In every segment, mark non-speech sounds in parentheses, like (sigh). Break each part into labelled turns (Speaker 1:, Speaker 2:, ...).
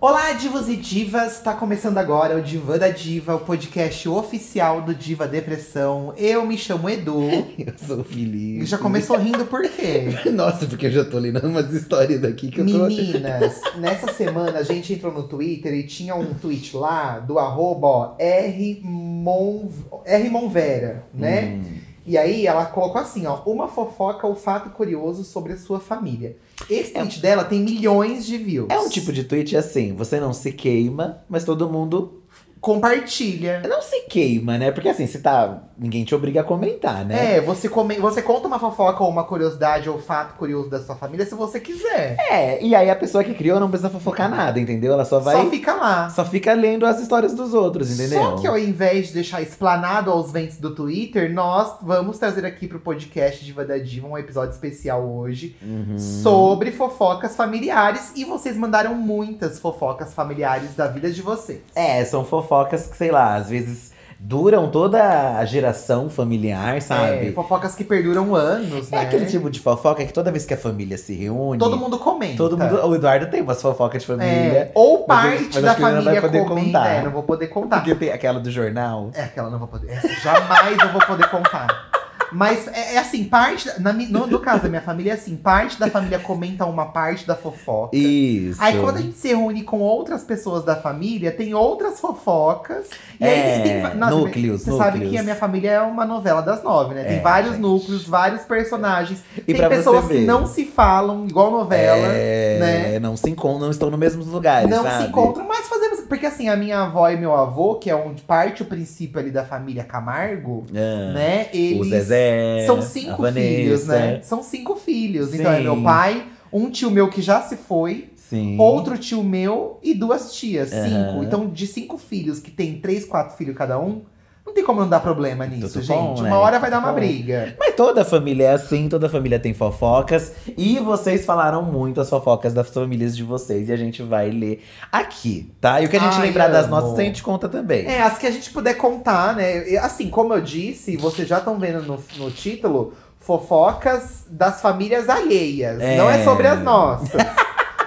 Speaker 1: Olá, divos e divas! Tá começando agora o Divã da Diva, o podcast oficial do Diva Depressão. Eu me chamo Edu.
Speaker 2: (laughs) Eu sou o
Speaker 1: E
Speaker 2: Felipe.
Speaker 1: já começou rindo por quê?
Speaker 2: (laughs) Nossa, porque eu já tô lendo umas histórias daqui (laughs) que eu tô.
Speaker 1: Meninas, nessa semana a gente entrou no Twitter e tinha um tweet lá do arroba ó, Rmon- Rmonvera, né?
Speaker 2: Hum.
Speaker 1: E aí ela colocou assim, ó, uma fofoca ou fato curioso sobre a sua família. Esse tweet dela tem milhões de views.
Speaker 2: um É um tipo de tweet assim, você não se queima, mas todo mundo
Speaker 1: Compartilha.
Speaker 2: não se queima, né? Porque assim, se tá. Ninguém te obriga a comentar, né?
Speaker 1: É, você, come... você conta uma fofoca ou uma curiosidade ou fato curioso da sua família se você quiser.
Speaker 2: É, e aí a pessoa que criou não precisa fofocar nada, entendeu? Ela só vai.
Speaker 1: Só fica lá.
Speaker 2: só fica lendo as histórias dos outros, entendeu?
Speaker 1: Só que ao invés de deixar esplanado aos ventos do Twitter, nós vamos trazer aqui pro podcast Diva da Diva um episódio especial hoje
Speaker 2: Uhum.
Speaker 1: sobre fofocas familiares. E vocês mandaram muitas fofocas familiares da vida de vocês.
Speaker 2: É, são fofocas que, sei lá, às vezes duram toda a geração familiar,
Speaker 1: É,
Speaker 2: sabe?
Speaker 1: fofocas que perduram anos,
Speaker 2: É,
Speaker 1: né?
Speaker 2: aquele tipo de fofoca que toda vez que a família se reúne.
Speaker 1: Todo mundo comenta.
Speaker 2: Todo mundo. O Eduardo tem umas fofocas de família.
Speaker 1: É, ou
Speaker 2: Mas eu-
Speaker 1: parte
Speaker 2: mas acho
Speaker 1: da
Speaker 2: que ele não vai
Speaker 1: família
Speaker 2: poder
Speaker 1: comenta.
Speaker 2: contar.
Speaker 1: É, não vou poder contar.
Speaker 2: Porque tem aquela do jornal.
Speaker 1: É, aquela não vou poder. Essa jamais eu vou poder contar. Mas é, é assim, parte. da- na mi- no, no caso da minha família, é assim, parte da família comenta uma parte da fofoca.
Speaker 2: Isso.
Speaker 1: Aí quando a gente se reúne com outras pessoas da família, tem outras fofocas. E aí
Speaker 2: É,
Speaker 1: tem, va- Nossa,
Speaker 2: núcleos,
Speaker 1: Você sabe
Speaker 2: núcleos.
Speaker 1: que a minha família é uma novela das nove, né? Tem
Speaker 2: É,
Speaker 1: vários
Speaker 2: gente.
Speaker 1: núcleos, vários personagens.
Speaker 2: E
Speaker 1: tem
Speaker 2: pra
Speaker 1: pessoas
Speaker 2: você
Speaker 1: que
Speaker 2: ver.
Speaker 1: não se falam, igual novela.
Speaker 2: é,
Speaker 1: né?
Speaker 2: Não se encontram, não estão nos mesmos lugares.
Speaker 1: não
Speaker 2: É, sabe?
Speaker 1: se encontram, mas fazemos. Porque assim, a minha avó e meu avô, que é onde parte o princípio ali da família Camargo,
Speaker 2: É.
Speaker 1: né? Eles
Speaker 2: O Zezé.
Speaker 1: são
Speaker 2: a
Speaker 1: cinco
Speaker 2: Vanessa,
Speaker 1: filhos, né? São cinco filhos. Então é
Speaker 2: Sim.
Speaker 1: meu pai, um tio meu que já se foi,
Speaker 2: Sim.
Speaker 1: outro tio meu e duas tias. Cinco.
Speaker 2: Aham.
Speaker 1: Então, de cinco filhos que tem três, quatro filhos cada um, não tem como não dar problema nisso,
Speaker 2: Tudo
Speaker 1: gente.
Speaker 2: bom, né?
Speaker 1: Uma hora vai dar uma
Speaker 2: Bom.
Speaker 1: briga.
Speaker 2: Mas toda família é assim, toda família tem fofocas. E vocês falaram muito as fofocas das famílias de vocês. E a gente vai ler aqui, tá? E o que a gente
Speaker 1: Ai,
Speaker 2: lembrar das
Speaker 1: amo.
Speaker 2: nossas, a gente conta também.
Speaker 1: É, as que a gente puder contar, né? E, Assim, como eu disse, vocês já estão vendo no, no título, fofocas das famílias alheias.
Speaker 2: É.
Speaker 1: Não é sobre as nossas.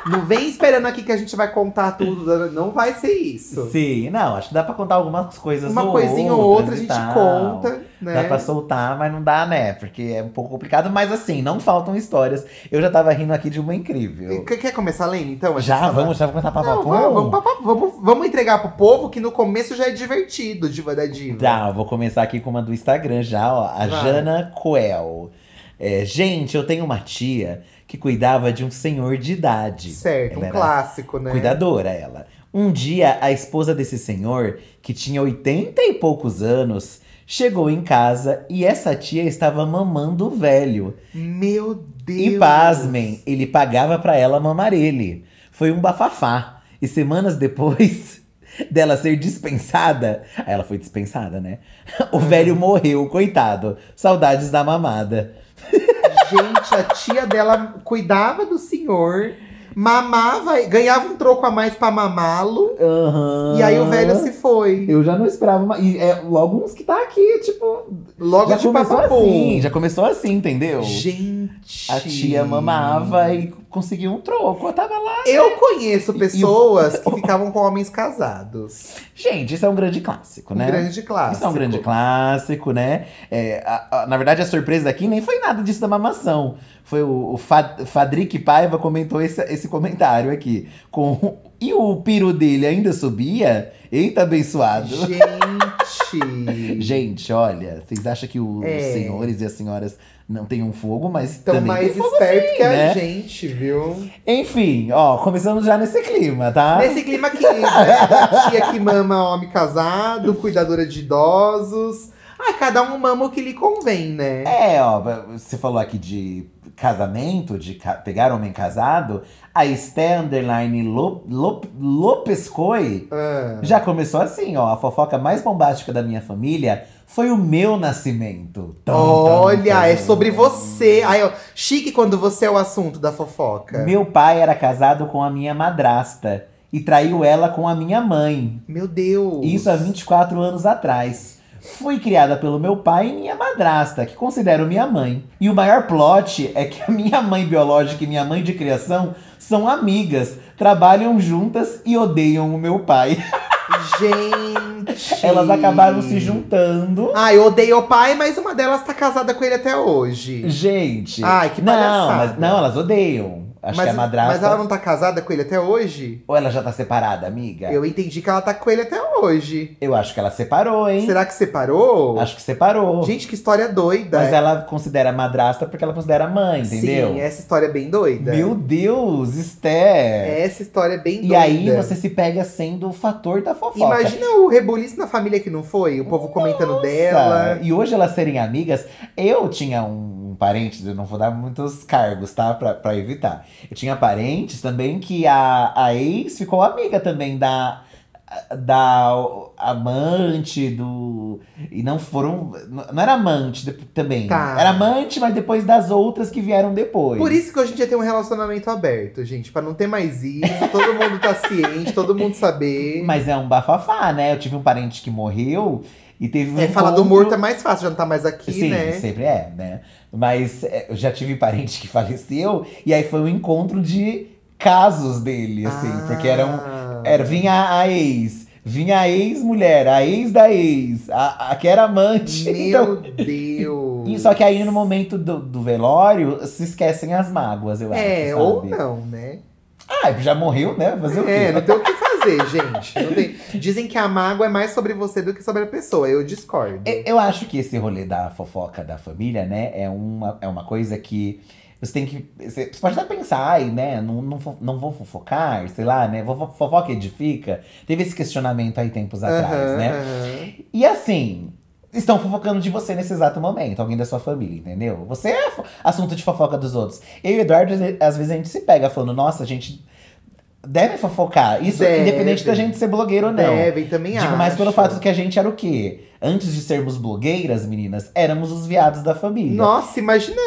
Speaker 1: não vem esperando aqui que a gente vai contar tudo. Não vai ser isso.
Speaker 2: Sim, não, acho que dá pra contar algumas coisas
Speaker 1: Uma
Speaker 2: ou
Speaker 1: coisinha ou outra a
Speaker 2: outras e
Speaker 1: gente
Speaker 2: tal.
Speaker 1: conta, né?
Speaker 2: Dá pra soltar, mas não dá, né? Porque é um pouco complicado. Mas assim, não faltam histórias. Eu já tava rindo aqui de uma incrível.
Speaker 1: Quer, quer começar lendo, então? A gente
Speaker 2: Já
Speaker 1: tava-
Speaker 2: vamos, já vamos começar pra
Speaker 1: Não, vamos, vamos, papapá, vamos, vamos entregar pro povo que no começo já é divertido, Diva da Diva.
Speaker 2: Tá, eu vou começar aqui com uma do Instagram já, ó. A
Speaker 1: Vai.
Speaker 2: Jana Coel. É, gente, eu tenho uma tia que cuidava de um senhor de idade.
Speaker 1: Certo,
Speaker 2: Ela
Speaker 1: um
Speaker 2: era
Speaker 1: clássico, né?
Speaker 2: Cuidadora ela. Um dia, a esposa desse senhor, que tinha 80 e poucos anos, chegou em casa e essa tia estava mamando o velho.
Speaker 1: Meu Deus.
Speaker 2: E pasmem, ele pagava pra ela mamar ele. Foi um bafafá. E semanas depois (laughs) dela ser dispensada, ela foi dispensada, né? (laughs) O velho morreu, coitado. Saudades da mamada.
Speaker 1: Gente, a tia dela cuidava do senhor, mamava, ganhava um troco a mais pra mamá-lo.
Speaker 2: Aham.
Speaker 1: E aí o velho se foi.
Speaker 2: Eu já não esperava. ma- E é logo uns que tá aqui, tipo,
Speaker 1: Logo
Speaker 2: já
Speaker 1: de
Speaker 2: começou
Speaker 1: papapum.
Speaker 2: assim, já começou assim, entendeu?
Speaker 1: Gente.
Speaker 2: A tia mamava e conseguiu um troco. Eu tava lá.
Speaker 1: Eu conheço pessoas
Speaker 2: (laughs)
Speaker 1: que ficavam com homens casados.
Speaker 2: Gente, isso é um grande clássico,
Speaker 1: Um
Speaker 2: né?
Speaker 1: grande clássico.
Speaker 2: Isso é um grande clássico, né? É, a- a- na verdade, a surpresa aqui nem foi nada disso da mamação. Foi o, o Fa- Fadrique Paiva comentou esse, esse comentário aqui. Com, e o piro dele ainda subia? Eita, abençoado.
Speaker 1: Gente.
Speaker 2: Gente, olha, vocês acham que os
Speaker 1: É. Então,
Speaker 2: senhores e as senhoras não têm um fogo, mas
Speaker 1: Estão
Speaker 2: também
Speaker 1: mais
Speaker 2: tem fogo
Speaker 1: esperto
Speaker 2: assim,
Speaker 1: que a
Speaker 2: né?
Speaker 1: gente, viu?
Speaker 2: Enfim, ó, começamos já nesse clima, tá?
Speaker 1: Nesse clima aqui, né? Da tia que mama homem casado, cuidadora de idosos. Ah, cada um mama o que lhe convém, né?
Speaker 2: É, ó, você falou aqui de casamento, de ca- pegar homem casado. A Esté Underline Lo- Lo- Lopescoy
Speaker 1: Ah.
Speaker 2: já começou assim, ó. A fofoca mais bombástica da minha família foi o meu nascimento. Tum, tum, tum.
Speaker 1: Olha, é sobre você. Ai, ó, chique quando você é o assunto da fofoca.
Speaker 2: Meu pai era casado com a minha madrasta e traiu ela com a minha mãe.
Speaker 1: Meu Deus.
Speaker 2: Isso é- há 24 anos atrás. Fui criada pelo meu pai e minha madrasta, que considero minha mãe. E o maior plot é que a minha mãe biológica e minha mãe de criação São amigas, trabalham juntas e odeiam o meu pai.
Speaker 1: Gente!
Speaker 2: Elas acabaram se juntando.
Speaker 1: Ai, eu odeio o pai, mas uma delas tá casada com ele até hoje.
Speaker 2: Gente.
Speaker 1: Ai, que
Speaker 2: não,
Speaker 1: palhaçada.
Speaker 2: mas, não, elas odeiam. Acho
Speaker 1: mas,
Speaker 2: que a madrasta.
Speaker 1: mas ela não tá casada com ele até hoje?
Speaker 2: Ou ela já tá separada, amiga? Eu,
Speaker 1: Eu entendi que ela tá com ele até hoje.
Speaker 2: acho que ela separou, hein?
Speaker 1: Será que separou?
Speaker 2: Acho que separou.
Speaker 1: Gente, que história doida.
Speaker 2: mas ela considera madrasta porque ela considera mãe, entendeu?
Speaker 1: Sim, essa história é bem doida.
Speaker 2: Meu Deus, Esther!
Speaker 1: Essa história é bem
Speaker 2: E
Speaker 1: doida.
Speaker 2: aí você se pega sendo o fator da fofoca.
Speaker 1: Imagina o rebuliço na família que não foi, o povo comentando dela.
Speaker 2: E hoje elas serem amigas, eu tinha um, um parente, eu não vou dar muitos cargos, tá? Pra, pra evitar. Eu tinha parentes também que a, a ex ficou amiga também da, da amante, do. E não foram. Não era amante de- também.
Speaker 1: Tá.
Speaker 2: Era amante, mas depois das outras que vieram depois.
Speaker 1: Por isso que hoje em dia tem um relacionamento aberto, gente. Pra não ter mais isso, todo mundo tá ciente, todo mundo saber.
Speaker 2: Mas é um bafafá, né? Eu tive um parente que morreu e teve um.
Speaker 1: É, falar do
Speaker 2: encontro-
Speaker 1: morto é mais fácil, já não tá mais aqui,
Speaker 2: Sim,
Speaker 1: né?
Speaker 2: sempre é, né? Mas é, eu já tive parente que (laughs) faleceu e aí foi um encontro de casos dele, assim, porque eram.
Speaker 1: Ah.
Speaker 2: Era, vinha a ex, vinha a ex-mulher, a ex da ex, a, a que era amante.
Speaker 1: Meu
Speaker 2: Então, (laughs)
Speaker 1: Deus.
Speaker 2: e- só que aí no momento do, do velório se esquecem as mágoas, eu
Speaker 1: É,
Speaker 2: acho.
Speaker 1: ou
Speaker 2: sabe?
Speaker 1: não, né?
Speaker 2: Ah, já morreu, né? Fazer o quê?
Speaker 1: É, não tem o que fazer, gente. Não tem- Dizem que a mágoa é mais sobre você do que sobre a pessoa. Eu discordo.
Speaker 2: Eu, eu acho que esse rolê da fofoca da família, né, é uma, é uma coisa que você tem que. Você, você pode até pensar, ai, né, não, não, fo- não vou fofocar, sei lá, né, vou- fofoca edifica. Teve esse questionamento aí tempos atrás,
Speaker 1: Aham,
Speaker 2: né?
Speaker 1: aham.
Speaker 2: E assim, estão fofocando de você nesse exato momento, alguém da sua família, entendeu? Você é fo- assunto de fofoca dos outros. Eu e o Eduardo, às vezes a gente se pega falando, nossa, a gente deve fofocar. Isso
Speaker 1: Deve.
Speaker 2: independente da gente ser blogueiro ou não.
Speaker 1: Devem também
Speaker 2: Digo mais pelo
Speaker 1: acho.
Speaker 2: fato que a gente era o quê? Antes de sermos blogueiras, meninas, éramos os viados da família.
Speaker 1: Nossa, imagina.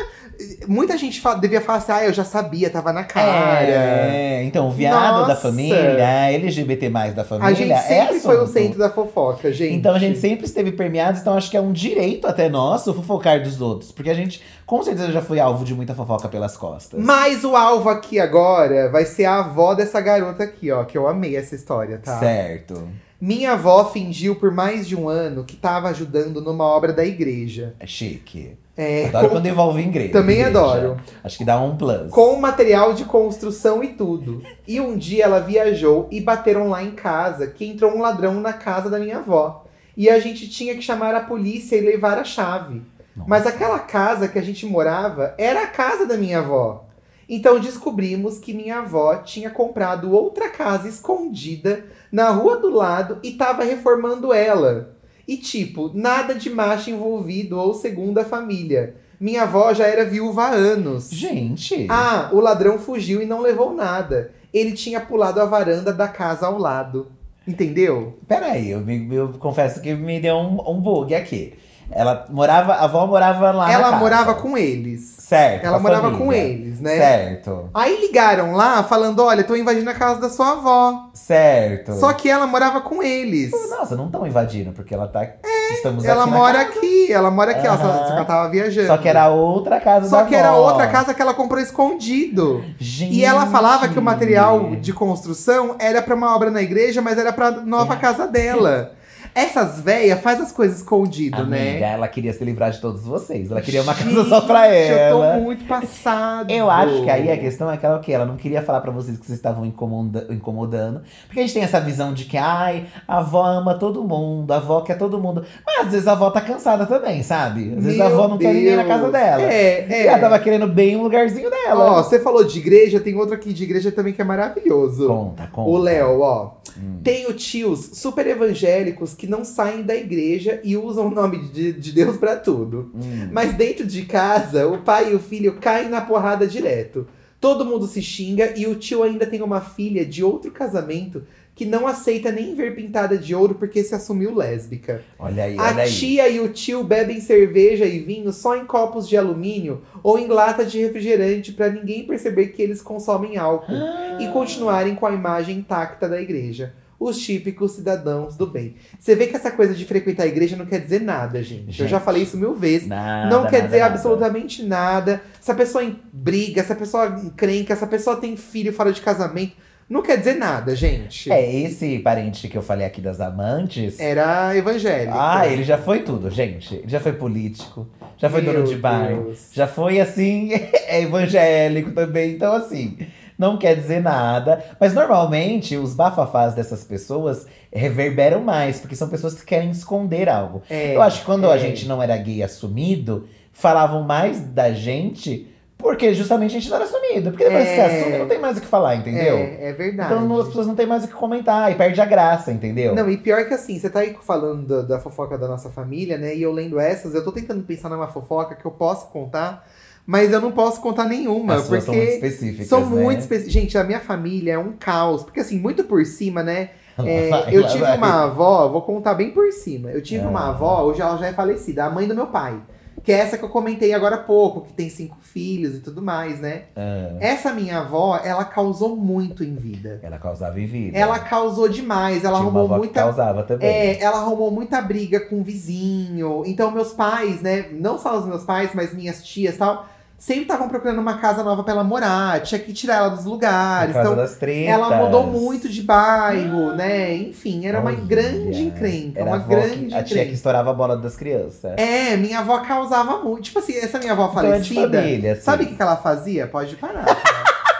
Speaker 1: Muita gente fa- devia falar assim, ah, eu já sabia, tava na cara.
Speaker 2: É, então, o viado da
Speaker 1: Nossa.
Speaker 2: família, a LGBT da família.
Speaker 1: A gente sempre
Speaker 2: é
Speaker 1: foi o
Speaker 2: assunto.
Speaker 1: centro da fofoca, gente.
Speaker 2: Então a gente sempre esteve permeado, então acho que é um direito até nosso fofocar dos outros. Porque a gente com certeza já foi alvo de muita fofoca pelas costas.
Speaker 1: Mas o alvo aqui agora vai ser a avó dessa garota aqui, ó. Que eu amei essa história, tá?
Speaker 2: Certo.
Speaker 1: Minha avó fingiu por mais de um ano que tava ajudando numa obra da igreja.
Speaker 2: É chique.
Speaker 1: É,
Speaker 2: Adoro
Speaker 1: com-
Speaker 2: quando envolve inglês.
Speaker 1: Também
Speaker 2: igreja.
Speaker 1: adoro.
Speaker 2: Acho que dá um plus.
Speaker 1: Com material de construção e tudo. E um dia ela viajou e bateram lá em casa, que entrou um ladrão na casa da minha avó. E a gente tinha que chamar a polícia e levar a chave.
Speaker 2: Nossa.
Speaker 1: Mas aquela casa que a gente morava era a casa da minha avó. Então descobrimos que minha avó tinha comprado outra casa escondida na rua do lado e tava reformando ela. E tipo, nada de macho envolvido ou segunda família. Minha avó já era viúva há anos.
Speaker 2: Gente.
Speaker 1: Ah, o ladrão fugiu e não levou nada. Ele tinha pulado a varanda da casa ao lado. Entendeu?
Speaker 2: Peraí, eu, me- eu confesso que me deu um, um bug aqui. Ela morava, a avó morava lá. na
Speaker 1: ela
Speaker 2: casa.
Speaker 1: morava com eles.
Speaker 2: Certo.
Speaker 1: Ela
Speaker 2: a
Speaker 1: morava
Speaker 2: família.
Speaker 1: com eles, né?
Speaker 2: Certo,
Speaker 1: Aí ligaram lá falando: olha, tô invadindo a casa da sua avó.
Speaker 2: certo.
Speaker 1: Só que ela morava com eles.
Speaker 2: Nossa, não estão invadindo, porque ela tá. estamos
Speaker 1: É, ela
Speaker 2: aqui na
Speaker 1: mora
Speaker 2: casa.
Speaker 1: aqui, ela mora aqui, ela,
Speaker 2: Aham.
Speaker 1: só, só que ela tava viajando.
Speaker 2: Só que era outra casa
Speaker 1: Só
Speaker 2: da
Speaker 1: que era
Speaker 2: avó.
Speaker 1: outra casa que ela comprou escondido.
Speaker 2: Gente.
Speaker 1: E ela falava que o material de construção era pra uma obra na igreja, mas era pra nova casa dela. Essas véias faz as coisas escondido,
Speaker 2: Amiga,
Speaker 1: né?
Speaker 2: ela queria se livrar de todos vocês. Ela queria uma
Speaker 1: Gente,
Speaker 2: casa só pra
Speaker 1: Eu
Speaker 2: ela.
Speaker 1: tô muito passado.
Speaker 2: Eu acho que aí a questão é aquela que ela não queria falar pra vocês que vocês estavam incomoda- incomodando. Porque a gente tem essa visão de que, ai, a avó ama todo mundo, a avó quer todo mundo. Mas às vezes a avó tá cansada também, sabe? Às vezes a avó não quer ninguém na casa dela.
Speaker 1: É,
Speaker 2: E ela
Speaker 1: é.
Speaker 2: tava querendo bem o lugarzinho dela.
Speaker 1: Ó, você falou de igreja, tem outro aqui de igreja também que é maravilhoso.
Speaker 2: Conta, conta.
Speaker 1: O Léo, ó.
Speaker 2: Hum.
Speaker 1: Tenho tios super evangélicos que não saem da igreja e usam o nome de, de Deus pra tudo.
Speaker 2: Hum.
Speaker 1: Mas dentro de casa, o pai e o filho caem na porrada direto. Todo mundo se xinga e o tio ainda tem uma filha de outro casamento que não aceita nem ver pintada de ouro porque se assumiu lésbica.
Speaker 2: Olha aí, olha
Speaker 1: A
Speaker 2: aí.
Speaker 1: tia e o tio bebem cerveja e vinho só em copos de alumínio ou em lata de refrigerante pra
Speaker 2: Ah,
Speaker 1: ninguém perceber que eles consomem álcool e continuarem com a imagem intacta da igreja. os típicos cidadãos do bem. Você vê que essa coisa de frequentar a igreja não quer dizer nada, gente. Eu já
Speaker 2: Gente.
Speaker 1: falei isso mil vezes.
Speaker 2: Nada,
Speaker 1: não quer
Speaker 2: nada,
Speaker 1: dizer
Speaker 2: nada.
Speaker 1: absolutamente nada. Se a pessoa em- briga, se a pessoa encrenca, se a pessoa tem filho fora de casamento, não quer dizer nada, gente.
Speaker 2: É, esse parente que eu falei aqui das amantes.
Speaker 1: Era evangélico.
Speaker 2: Ah, ele já foi tudo, gente. Ele já foi político, já foi
Speaker 1: Meu
Speaker 2: dono de bar,
Speaker 1: Deus.
Speaker 2: já foi assim, (laughs) é evangélico também. Então, assim, não quer dizer nada. Mas normalmente os bafafás dessas pessoas reverberam mais, porque são pessoas que querem esconder algo.
Speaker 1: É,
Speaker 2: Eu acho que quando
Speaker 1: é.
Speaker 2: a gente não era gay assumido, falavam mais da gente. Porque justamente a gente não era assumido. Porque depois que você
Speaker 1: É.
Speaker 2: assume, não tem mais o que falar, entendeu?
Speaker 1: É, é verdade.
Speaker 2: Então não- as pessoas não têm mais o que comentar e perde a graça, entendeu?
Speaker 1: Não, e pior que assim, você tá aí falando da, da fofoca da nossa família, né? E eu lendo essas, eu tô tentando pensar numa fofoca que eu posso contar, mas eu não posso contar nenhuma,
Speaker 2: As
Speaker 1: porque
Speaker 2: suas são muito específicas.
Speaker 1: são
Speaker 2: né? (laughs)
Speaker 1: muito específicas. Gente, a minha família é um caos, porque assim, muito por cima, né? É,
Speaker 2: Lá (laughs) vai,
Speaker 1: eu
Speaker 2: lá
Speaker 1: tive
Speaker 2: vai.
Speaker 1: uma avó, vou contar bem por cima. Eu tive uma
Speaker 2: Ah.
Speaker 1: avó, hoje ela já é falecida, a mãe do meu pai. Que é essa que eu comentei agora há pouco, que tem cinco filhos e tudo mais, né?
Speaker 2: Ah,
Speaker 1: Essa minha avó, ela causou muito em vida.
Speaker 2: ela causava em vida.
Speaker 1: Ela causou demais, ela
Speaker 2: Tinha uma
Speaker 1: arrumou
Speaker 2: avó que
Speaker 1: muita
Speaker 2: causava também.
Speaker 1: É, ela arrumou muita briga com o vizinho. Então, meus pais, né? Não só os meus pais, mas minhas tias e tal, sempre estavam procurando uma casa nova pra ela morar. Tinha que tirar ela dos
Speaker 2: Por
Speaker 1: lugares.
Speaker 2: causa
Speaker 1: Então,
Speaker 2: das tretas.
Speaker 1: ela mudou muito de bairro, né? Enfim, era uma
Speaker 2: Olha, é.
Speaker 1: grande encrenca.
Speaker 2: Era a
Speaker 1: uma
Speaker 2: avó que-
Speaker 1: grande
Speaker 2: A tia que
Speaker 1: encrenca.
Speaker 2: estourava a bola das crianças.
Speaker 1: É, minha avó causava muito. Tipo assim, essa minha avó
Speaker 2: Então é de
Speaker 1: falecida.
Speaker 2: família, assim.
Speaker 1: sabe o que, que ela fazia? Pode parar. tá? (laughs)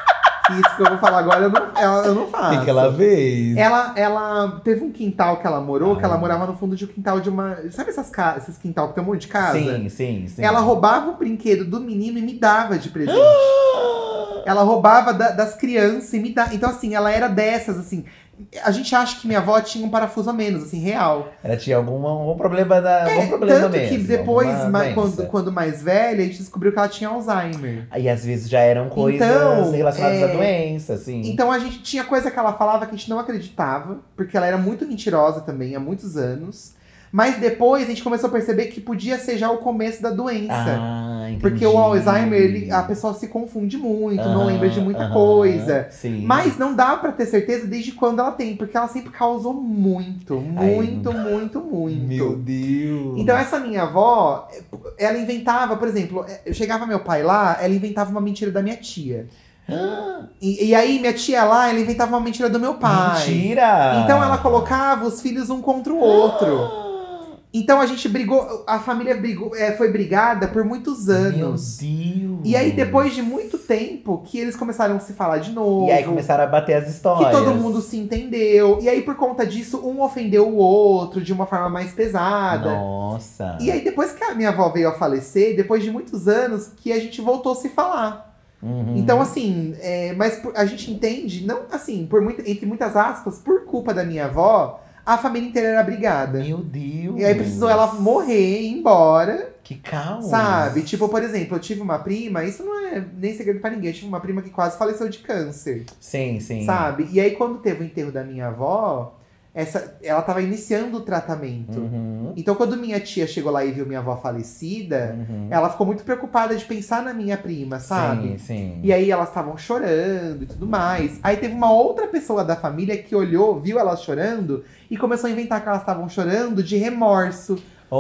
Speaker 1: Que Isso que eu vou falar agora, eu não, ela- eu não
Speaker 2: O
Speaker 1: faço.
Speaker 2: que, que ela fez?
Speaker 1: Ela, ela teve um quintal que ela morou, que ela
Speaker 2: Ah.
Speaker 1: morava no fundo de um quintal de uma. Sabe essas ca... esses quintal que tem um monte de casa?
Speaker 2: Sim, sim, sim.
Speaker 1: Ela roubava o brinquedo do menino e me dava de presente.
Speaker 2: (gasps)
Speaker 1: ela roubava da- das crianças e me dava. Então, assim, ela era dessas, assim. A gente acha que minha avó tinha um parafuso a menos, assim, real.
Speaker 2: Ela tinha algum, algum problema da. algum problema
Speaker 1: É, Tanto
Speaker 2: mesmo,
Speaker 1: que depois,
Speaker 2: alguma
Speaker 1: ma-
Speaker 2: doença.
Speaker 1: quando, quando mais velha, a gente descobriu que ela tinha Alzheimer.
Speaker 2: E às vezes já eram coisas
Speaker 1: Então,
Speaker 2: relacionadas à
Speaker 1: é,
Speaker 2: doença, assim.
Speaker 1: Então a gente tinha coisa que ela falava que a gente não acreditava, porque ela era muito mentirosa também há muitos anos. Mas depois a gente começou a perceber que podia ser já o começo da doença.
Speaker 2: Ah, entendi.
Speaker 1: porque o Alzheimer, ele- a pessoa se confunde muito, não
Speaker 2: Aham,
Speaker 1: lembra de muita
Speaker 2: aham,
Speaker 1: coisa.
Speaker 2: Sim.
Speaker 1: Mas não dá pra ter certeza desde quando ela tem, porque ela sempre causou muito, muito, muito, muito.
Speaker 2: Meu Deus.
Speaker 1: Então essa minha avó, ela inventava, por exemplo, eu chegava meu pai lá, ela inventava uma mentira da minha tia.
Speaker 2: Ah,
Speaker 1: E, e aí, minha tia lá, ela inventava uma mentira do meu pai.
Speaker 2: Mentira!
Speaker 1: Então ela colocava os filhos um contra o outro. Então a gente brigou, a família brigou, é, foi brigada por muitos
Speaker 2: Meu
Speaker 1: anos.
Speaker 2: Deus.
Speaker 1: E aí, depois de muito tempo, que eles começaram a se falar de novo.
Speaker 2: E aí começaram a bater as histórias.
Speaker 1: Que todo mundo se entendeu. E aí, por conta disso, um ofendeu o outro de uma forma mais pesada.
Speaker 2: Nossa.
Speaker 1: E aí, depois que a minha avó veio a falecer, depois de muitos anos, que a gente voltou a se falar.
Speaker 2: Uhum.
Speaker 1: Então, assim, é, mas por- a gente entende, não assim, por muito- entre muitas aspas, por culpa da minha avó, a família inteira era brigada.
Speaker 2: Meu Deus.
Speaker 1: assim, E aí precisou ela morrer, ir embora,
Speaker 2: Que caos.
Speaker 1: sabe? Tipo, por exemplo, eu tive uma prima, isso não é nem segredo pra ninguém, eu tive uma prima que quase faleceu de câncer,
Speaker 2: Sim, sim.
Speaker 1: sabe? E aí, quando teve o enterro da minha avó, essa, ela tava iniciando o tratamento.
Speaker 2: Uhum.
Speaker 1: Então, quando minha tia chegou lá e viu minha avó falecida,
Speaker 2: Uhum.
Speaker 1: ela ficou muito preocupada de pensar na minha prima, é, sabe?
Speaker 2: Sim, sim.
Speaker 1: E aí elas estavam chorando e tudo mais. Aí teve uma outra pessoa da família que olhou, viu elas chorando e começou a inventar que elas estavam chorando de remorso,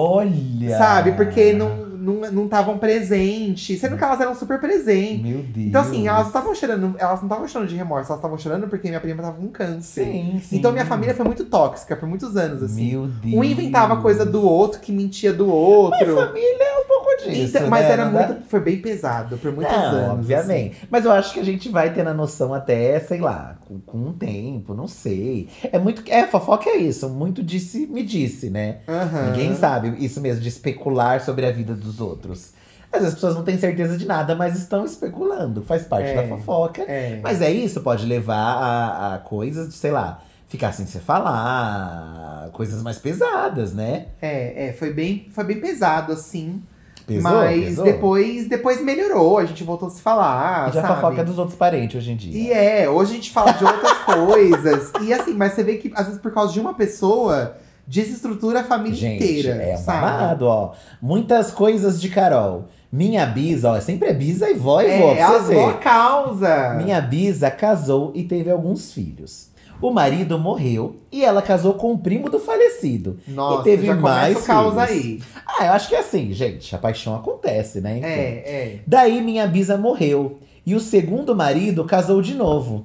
Speaker 2: Olha.
Speaker 1: sabe? Porque não não não estavam presentes, sendo que elas eram super presentes.
Speaker 2: Meu Deus.
Speaker 1: Então assim, elas estavam chorando, elas não estavam chorando de remorso, elas estavam chorando porque minha prima tava com câncer.
Speaker 2: Sim, sim.
Speaker 1: Então minha família foi muito tóxica por muitos anos assim.
Speaker 2: Meu Deus.
Speaker 1: Um inventava coisa do outro, que mentia do outro.
Speaker 2: família é um pouco disso.
Speaker 1: Então- mas
Speaker 2: né?
Speaker 1: era
Speaker 2: Não dá-
Speaker 1: muito. Foi bem pesado por muitos
Speaker 2: não,
Speaker 1: anos. assim.
Speaker 2: obviamente. Mas eu acho que a gente vai tendo a noção até, sei lá, com, com o tempo, não sei. É muito. É, fofoca é isso. Muito disse, me disse, né?
Speaker 1: Aham.
Speaker 2: Ninguém sabe isso mesmo, de especular sobre a vida dos outros. Às vezes as pessoas não têm certeza de nada, mas estão especulando. Faz parte
Speaker 1: É.
Speaker 2: da fofoca.
Speaker 1: É.
Speaker 2: Mas é isso, pode levar a, a coisas de, sei lá, ficar sem se falar, coisas mais pesadas, né?
Speaker 1: É, é, foi bem, foi bem pesado, assim.
Speaker 2: Pesou,
Speaker 1: mas
Speaker 2: pesou.
Speaker 1: depois depois melhorou, a gente voltou a se falar,
Speaker 2: E já é
Speaker 1: sabe?
Speaker 2: fofoca dos outros parentes hoje em dia.
Speaker 1: E é, hoje a gente fala de
Speaker 2: (laughs)
Speaker 1: outras coisas. E assim, mas você vê que às vezes por causa de uma pessoa, desestrutura a família
Speaker 2: Gente,
Speaker 1: inteira,
Speaker 2: é um
Speaker 1: sabe?
Speaker 2: babado, ó. Muitas coisas de Carol. Minha bisa, ó, sempre é bisa e vó e vó,
Speaker 1: É,
Speaker 2: pra
Speaker 1: a
Speaker 2: você ver.
Speaker 1: boa causa.
Speaker 2: Minha bisa casou e teve alguns filhos. O marido morreu e ela casou com o primo do falecido.
Speaker 1: Nossa,
Speaker 2: E teve
Speaker 1: já começa
Speaker 2: mais
Speaker 1: o caos
Speaker 2: filhos.
Speaker 1: aí.
Speaker 2: Ah, eu acho que é assim, gente. A paixão acontece, né? Enfim.
Speaker 1: É, é.
Speaker 2: Daí minha bisa morreu e o segundo marido casou de novo.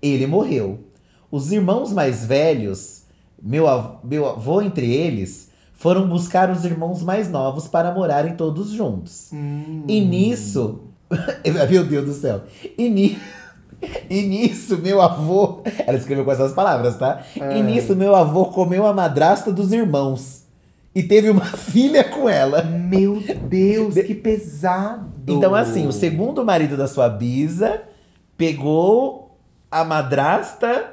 Speaker 2: Ele morreu. Os irmãos mais velhos, meu, av- meu avô entre eles, foram buscar os irmãos mais novos para morarem todos juntos.
Speaker 1: Hum.
Speaker 2: E nisso. (laughs) meu Deus do céu! E, ni- (laughs) e nisso, meu avô. Ela escreveu com essas palavras, tá?
Speaker 1: Ai.
Speaker 2: E nisso, meu avô comeu a madrasta dos irmãos e teve uma (laughs) filha com ela.
Speaker 1: Meu Deus, que pesado.
Speaker 2: Então, assim, o segundo marido da sua bisa pegou a madrasta,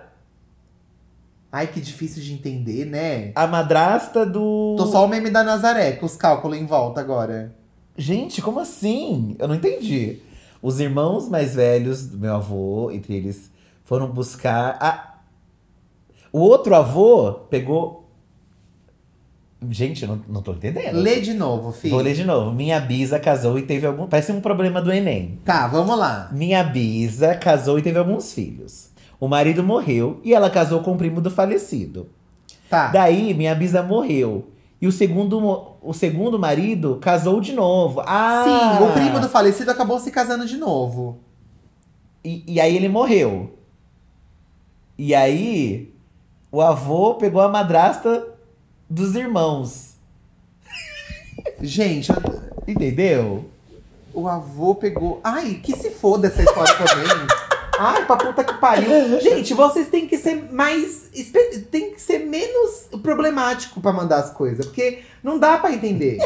Speaker 1: Ai, que difícil de entender, né?
Speaker 2: a madrasta do.
Speaker 1: Tô só o meme da Nazaré, com os cálculos em volta agora.
Speaker 2: Gente, como assim? Eu não entendi. Os irmãos mais velhos do meu avô, entre eles, foram buscar a. O outro avô pegou. Gente, eu não, não tô entendendo.
Speaker 1: Lê de novo, filho.
Speaker 2: Vou ler de novo. Minha bisa casou e teve algum. Parece um problema do Enem.
Speaker 1: Tá, vamos lá.
Speaker 2: Minha bisa casou e teve alguns filhos. O marido morreu e ela casou com o primo do falecido.
Speaker 1: Tá.
Speaker 2: Daí, minha bisa morreu. E o segundo, mo- o segundo marido casou de novo. Ah!
Speaker 1: Sim, o primo do falecido acabou se casando de novo.
Speaker 2: E, e aí ele morreu. E aí, o avô pegou a madrasta dos irmãos.
Speaker 1: Gente, eu-
Speaker 2: Entendeu?
Speaker 1: O avô pegou. Ai, que se foda essa história
Speaker 2: (laughs)
Speaker 1: também. Ai, pra puta que pariu. Gente, vocês têm que ser mais. espe- Tem que ser menos problemático pra mandar as coisas. Porque não dá pra
Speaker 2: (laughs)
Speaker 1: entender.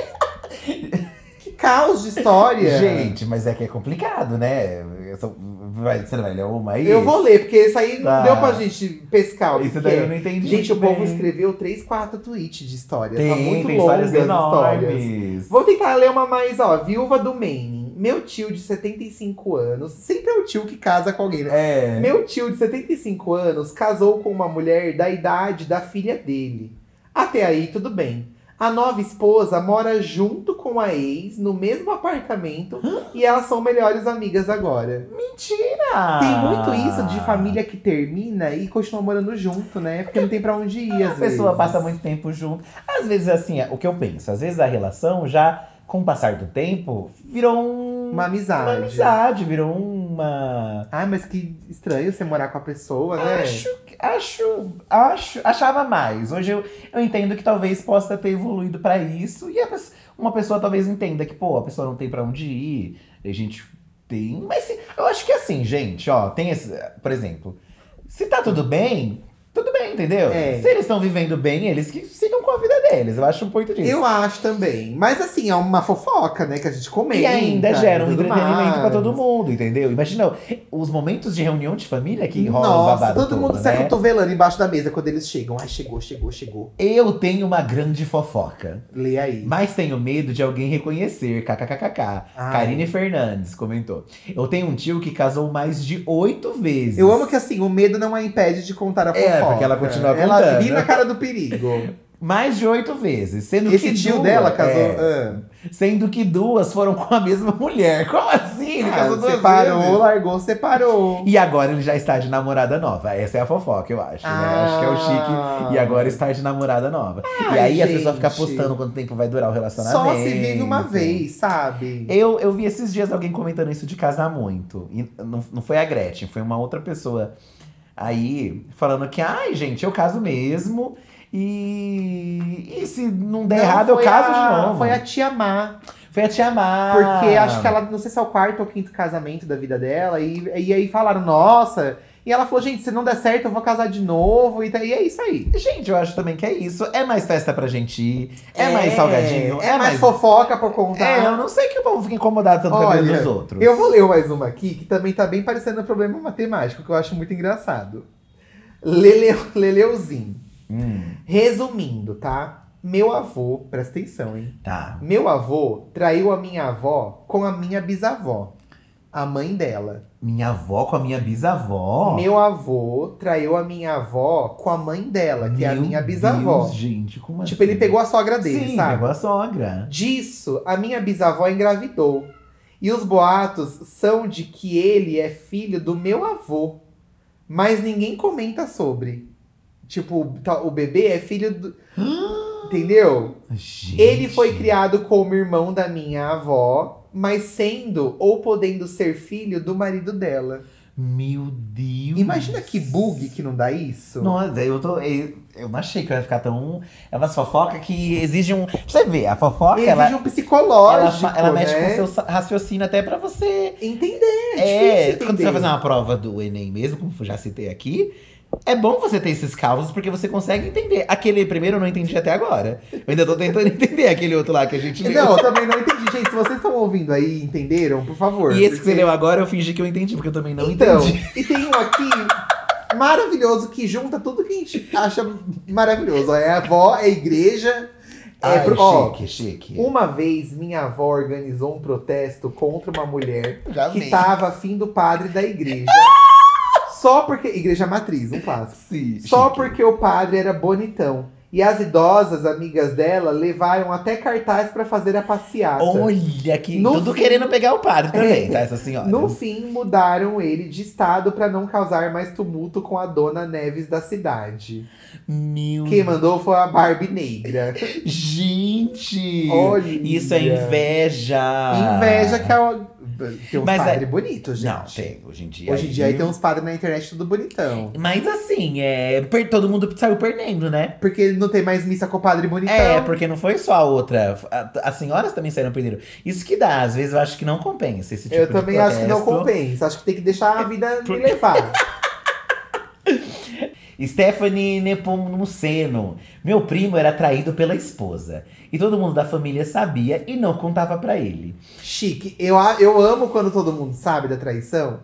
Speaker 1: que caos de história.
Speaker 2: Gente, mas é que é complicado, né? Eu sou- vai- Você não vai ler uma aí?
Speaker 1: Eu vou ler, porque isso aí
Speaker 2: é Tá.
Speaker 1: não deu pra gente pescar. o que
Speaker 2: Isso daí
Speaker 1: é.
Speaker 2: eu não entendi.
Speaker 1: Gente, o
Speaker 2: muito
Speaker 1: povo
Speaker 2: bem.
Speaker 1: escreveu 3, 4 tweets de história.
Speaker 2: Tem,
Speaker 1: tá muito
Speaker 2: tem
Speaker 1: longas
Speaker 2: histórias
Speaker 1: as histórias.
Speaker 2: enormes.
Speaker 1: Vou tentar ler uma mais, ó. Viúva do Maine. Meu tio de 75 anos. Sempre é o tio que casa com alguém, né?
Speaker 2: É.
Speaker 1: Meu tio de 75 anos casou com uma mulher da idade da filha dele. Até aí, tudo bem. A nova esposa mora junto com a ex no mesmo apartamento e elas são melhores amigas agora.
Speaker 2: Mentira!
Speaker 1: Tem
Speaker 2: Ah.
Speaker 1: muito isso de família que termina e continua morando junto, né? Porque não tem pra onde ir,
Speaker 2: A
Speaker 1: às
Speaker 2: pessoa
Speaker 1: vezes.
Speaker 2: passa muito tempo junto. Às vezes, assim, é o que eu penso, às vezes a relação já, com o passar do tempo, virou um-
Speaker 1: Uma amizade.
Speaker 2: uma amizade, virou uma.
Speaker 1: Ah, mas que estranho você morar com a pessoa, né?
Speaker 2: Acho, acho, acho, achava mais. Hoje eu, eu entendo que talvez possa ter evoluído pra isso. E a pes- uma pessoa talvez entenda que, pô, a pessoa não tem pra onde ir. A gente tem. Mas se- eu acho que assim, gente, ó, tem esse. Por exemplo, se tá tudo bem, tudo bem, entendeu?
Speaker 1: É.
Speaker 2: Se eles estão vivendo bem, eles que sigam com a vida deles. Eu acho um ponto disso.
Speaker 1: Eu acho também. Mas assim, é uma fofoca, né? Que a gente comenta.
Speaker 2: E ainda gera um
Speaker 1: tudo
Speaker 2: entretenimento pra
Speaker 1: mais.
Speaker 2: todo mundo, entendeu? Imagina os momentos de reunião de família que rola o
Speaker 1: Nossa,
Speaker 2: babado
Speaker 1: todo mundo
Speaker 2: todo,
Speaker 1: sai
Speaker 2: né?
Speaker 1: cotovelando embaixo da mesa quando eles chegam. Ai, chegou, chegou, chegou.
Speaker 2: Eu tenho uma grande fofoca,
Speaker 1: Lê aí.
Speaker 2: mas tenho medo de alguém reconhecer. KKKKK.
Speaker 1: Ai.
Speaker 2: Karine Fernandes comentou. Eu tenho um tio que casou mais de oito vezes.
Speaker 1: Eu amo que assim, o medo não a impede de contar a
Speaker 2: É,
Speaker 1: fofoca.
Speaker 2: porque ela continua
Speaker 1: Ela
Speaker 2: contando.
Speaker 1: ri na cara do perigo.
Speaker 2: Mais de oito vezes. Sendo
Speaker 1: Esse
Speaker 2: que
Speaker 1: tio
Speaker 2: duas-
Speaker 1: dela casou.
Speaker 2: é,
Speaker 1: ah.
Speaker 2: sendo que duas foram com a mesma mulher. (laughs) Como assim? Ele
Speaker 1: Ah,
Speaker 2: casou duas
Speaker 1: separou,
Speaker 2: vezes.
Speaker 1: largou, separou.
Speaker 2: E agora ele já está de namorada nova. Essa é a fofoca, eu acho, né? Acho que é o chique E agora está de namorada nova.
Speaker 1: Ah. Ai,
Speaker 2: e aí a
Speaker 1: gente.
Speaker 2: pessoa fica postando quanto tempo vai durar o relacionamento.
Speaker 1: Só se vive uma vez, sabe?
Speaker 2: Eu, eu vi esses dias alguém comentando isso de casar muito. E não, não foi a Gretchen, foi uma outra pessoa. Aí, falando que, ai, gente, eu caso mesmo. E, e se não der
Speaker 1: Não,
Speaker 2: errado, eu
Speaker 1: foi a-
Speaker 2: caso de novo. Ah.
Speaker 1: Foi a Tia Má.
Speaker 2: Foi a Tia Mar.
Speaker 1: Porque acho que ela, não sei se é o quarto ou quinto casamento da vida dela. E, e aí falaram, nossa. E ela falou, gente, se não der certo, eu vou casar de novo. E, tá- e é isso aí.
Speaker 2: Gente, eu acho também que é isso. É mais festa pra gente ir. É, mais
Speaker 1: É,
Speaker 2: salgadinho.
Speaker 1: É, mais, fofoca por contar.
Speaker 2: É, eu não sei que o povo fica incomodado tanto com a vida
Speaker 1: Olha,
Speaker 2: dos outros.
Speaker 1: Eu vou ler mais uma aqui, que também tá bem parecendo um problema matemático, que eu acho muito engraçado. Leleu, Leleuzinho.
Speaker 2: Hum,
Speaker 1: Resumindo, tá? Meu avô, presta atenção, hein?
Speaker 2: tá.
Speaker 1: Meu avô traiu a minha avó com a minha bisavó, a mãe dela.
Speaker 2: Minha avó com a minha bisavó.
Speaker 1: Meu avô traiu a minha avó com a mãe dela, que é a
Speaker 2: Meu
Speaker 1: minha bisavó.
Speaker 2: Deus, gente, como assim?
Speaker 1: tipo, ele pegou a sogra dele,
Speaker 2: Sim, é
Speaker 1: sabe?
Speaker 2: pegou a sogra.
Speaker 1: Disso, a minha bisavó engravidou. E os boatos são de que ele é filho do meu avô. mas ninguém comenta sobre. Tipo, tá- o bebê é filho
Speaker 2: (gasps)
Speaker 1: do. Entendeu?
Speaker 2: Gente.
Speaker 1: Ele foi criado como irmão da minha avó, mas sendo ou podendo ser filho do marido dela.
Speaker 2: Meu Deus.
Speaker 1: Imagina que bug que não dá isso.
Speaker 2: Nossa, eu tô. Eu, eu não achei que eu ia ficar tão. É umas fofoca que exige um. Pra você ver, a fofoca,
Speaker 1: Exige
Speaker 2: ela.
Speaker 1: um psicológico,
Speaker 2: Ela, ela mexe
Speaker 1: né?
Speaker 2: com o seu raciocínio até pra você.
Speaker 1: Entender,
Speaker 2: É,
Speaker 1: difícil
Speaker 2: quando você vai
Speaker 1: entender.
Speaker 2: fazer uma prova do Enem mesmo, como eu já citei aqui, é bom você ter esses causos, porque você consegue entender. Aquele primeiro eu não entendi até agora. Eu ainda tô tentando (laughs) entender aquele outro lá que a gente leu.
Speaker 1: Não, eu também não entendi. Gente, se vocês estão ouvindo aí e entenderam, por favor.
Speaker 2: e esse que
Speaker 1: porque-
Speaker 2: você leu agora eu fingi que eu entendi, porque eu também não
Speaker 1: então,
Speaker 2: entendi.
Speaker 1: e tem um aqui maravilhoso que junta tudo que a gente acha maravilhoso. É a avó, é a igreja. É
Speaker 2: Ai,
Speaker 1: pro- ó, um
Speaker 2: chique, chique.
Speaker 1: uma vez minha avó organizou um protesto contra uma mulher
Speaker 2: Já
Speaker 1: que
Speaker 2: amei.
Speaker 1: estava afim do padre da igreja.
Speaker 2: (laughs)
Speaker 1: Só porque. Igreja matriz, um clássico.
Speaker 2: Sim,
Speaker 1: Só
Speaker 2: assim, chique.
Speaker 1: porque o padre era bonitão. E as idosas, amigas dela, levaram até cartaz pra fazer a passeata.
Speaker 2: Olha que.
Speaker 1: tá. No
Speaker 2: tudo
Speaker 1: fim-
Speaker 2: querendo pegar o padre também,
Speaker 1: É.
Speaker 2: tá? Essa senhora.
Speaker 1: No fim, mudaram ele de estado pra não causar mais tumulto com a dona Neves da cidade.
Speaker 2: Meu
Speaker 1: Quem mandou foi a Barbie Negra.
Speaker 2: Gente!
Speaker 1: Olha!
Speaker 2: (laughs) Isso é inveja!
Speaker 1: Inveja que é o... Tem uns
Speaker 2: Mas é-
Speaker 1: padres bonitos, gente.
Speaker 2: Não, tem. Hoje em dia.
Speaker 1: Hoje em dia aí tem um- uns padres na internet tudo bonitão.
Speaker 2: Mas assim, é, per- todo mundo saiu perdendo, né?
Speaker 1: Porque não tem mais missa com o padre bonitão.
Speaker 2: É, porque não foi só a outra. a- As senhoras também saíram perdendo. Isso que dá, às vezes eu acho que não compensa esse tipo
Speaker 1: Eu
Speaker 2: de
Speaker 1: também acho que não
Speaker 2: protesto. É,
Speaker 1: compensa. Acho que tem que deixar a vida me levar.
Speaker 2: Stephanie Nepomuceno. Meu primo era traído pela esposa. E todo mundo da família sabia e não contava pra ele.
Speaker 1: Chique. Eu, a- eu amo quando todo mundo sabe da traição.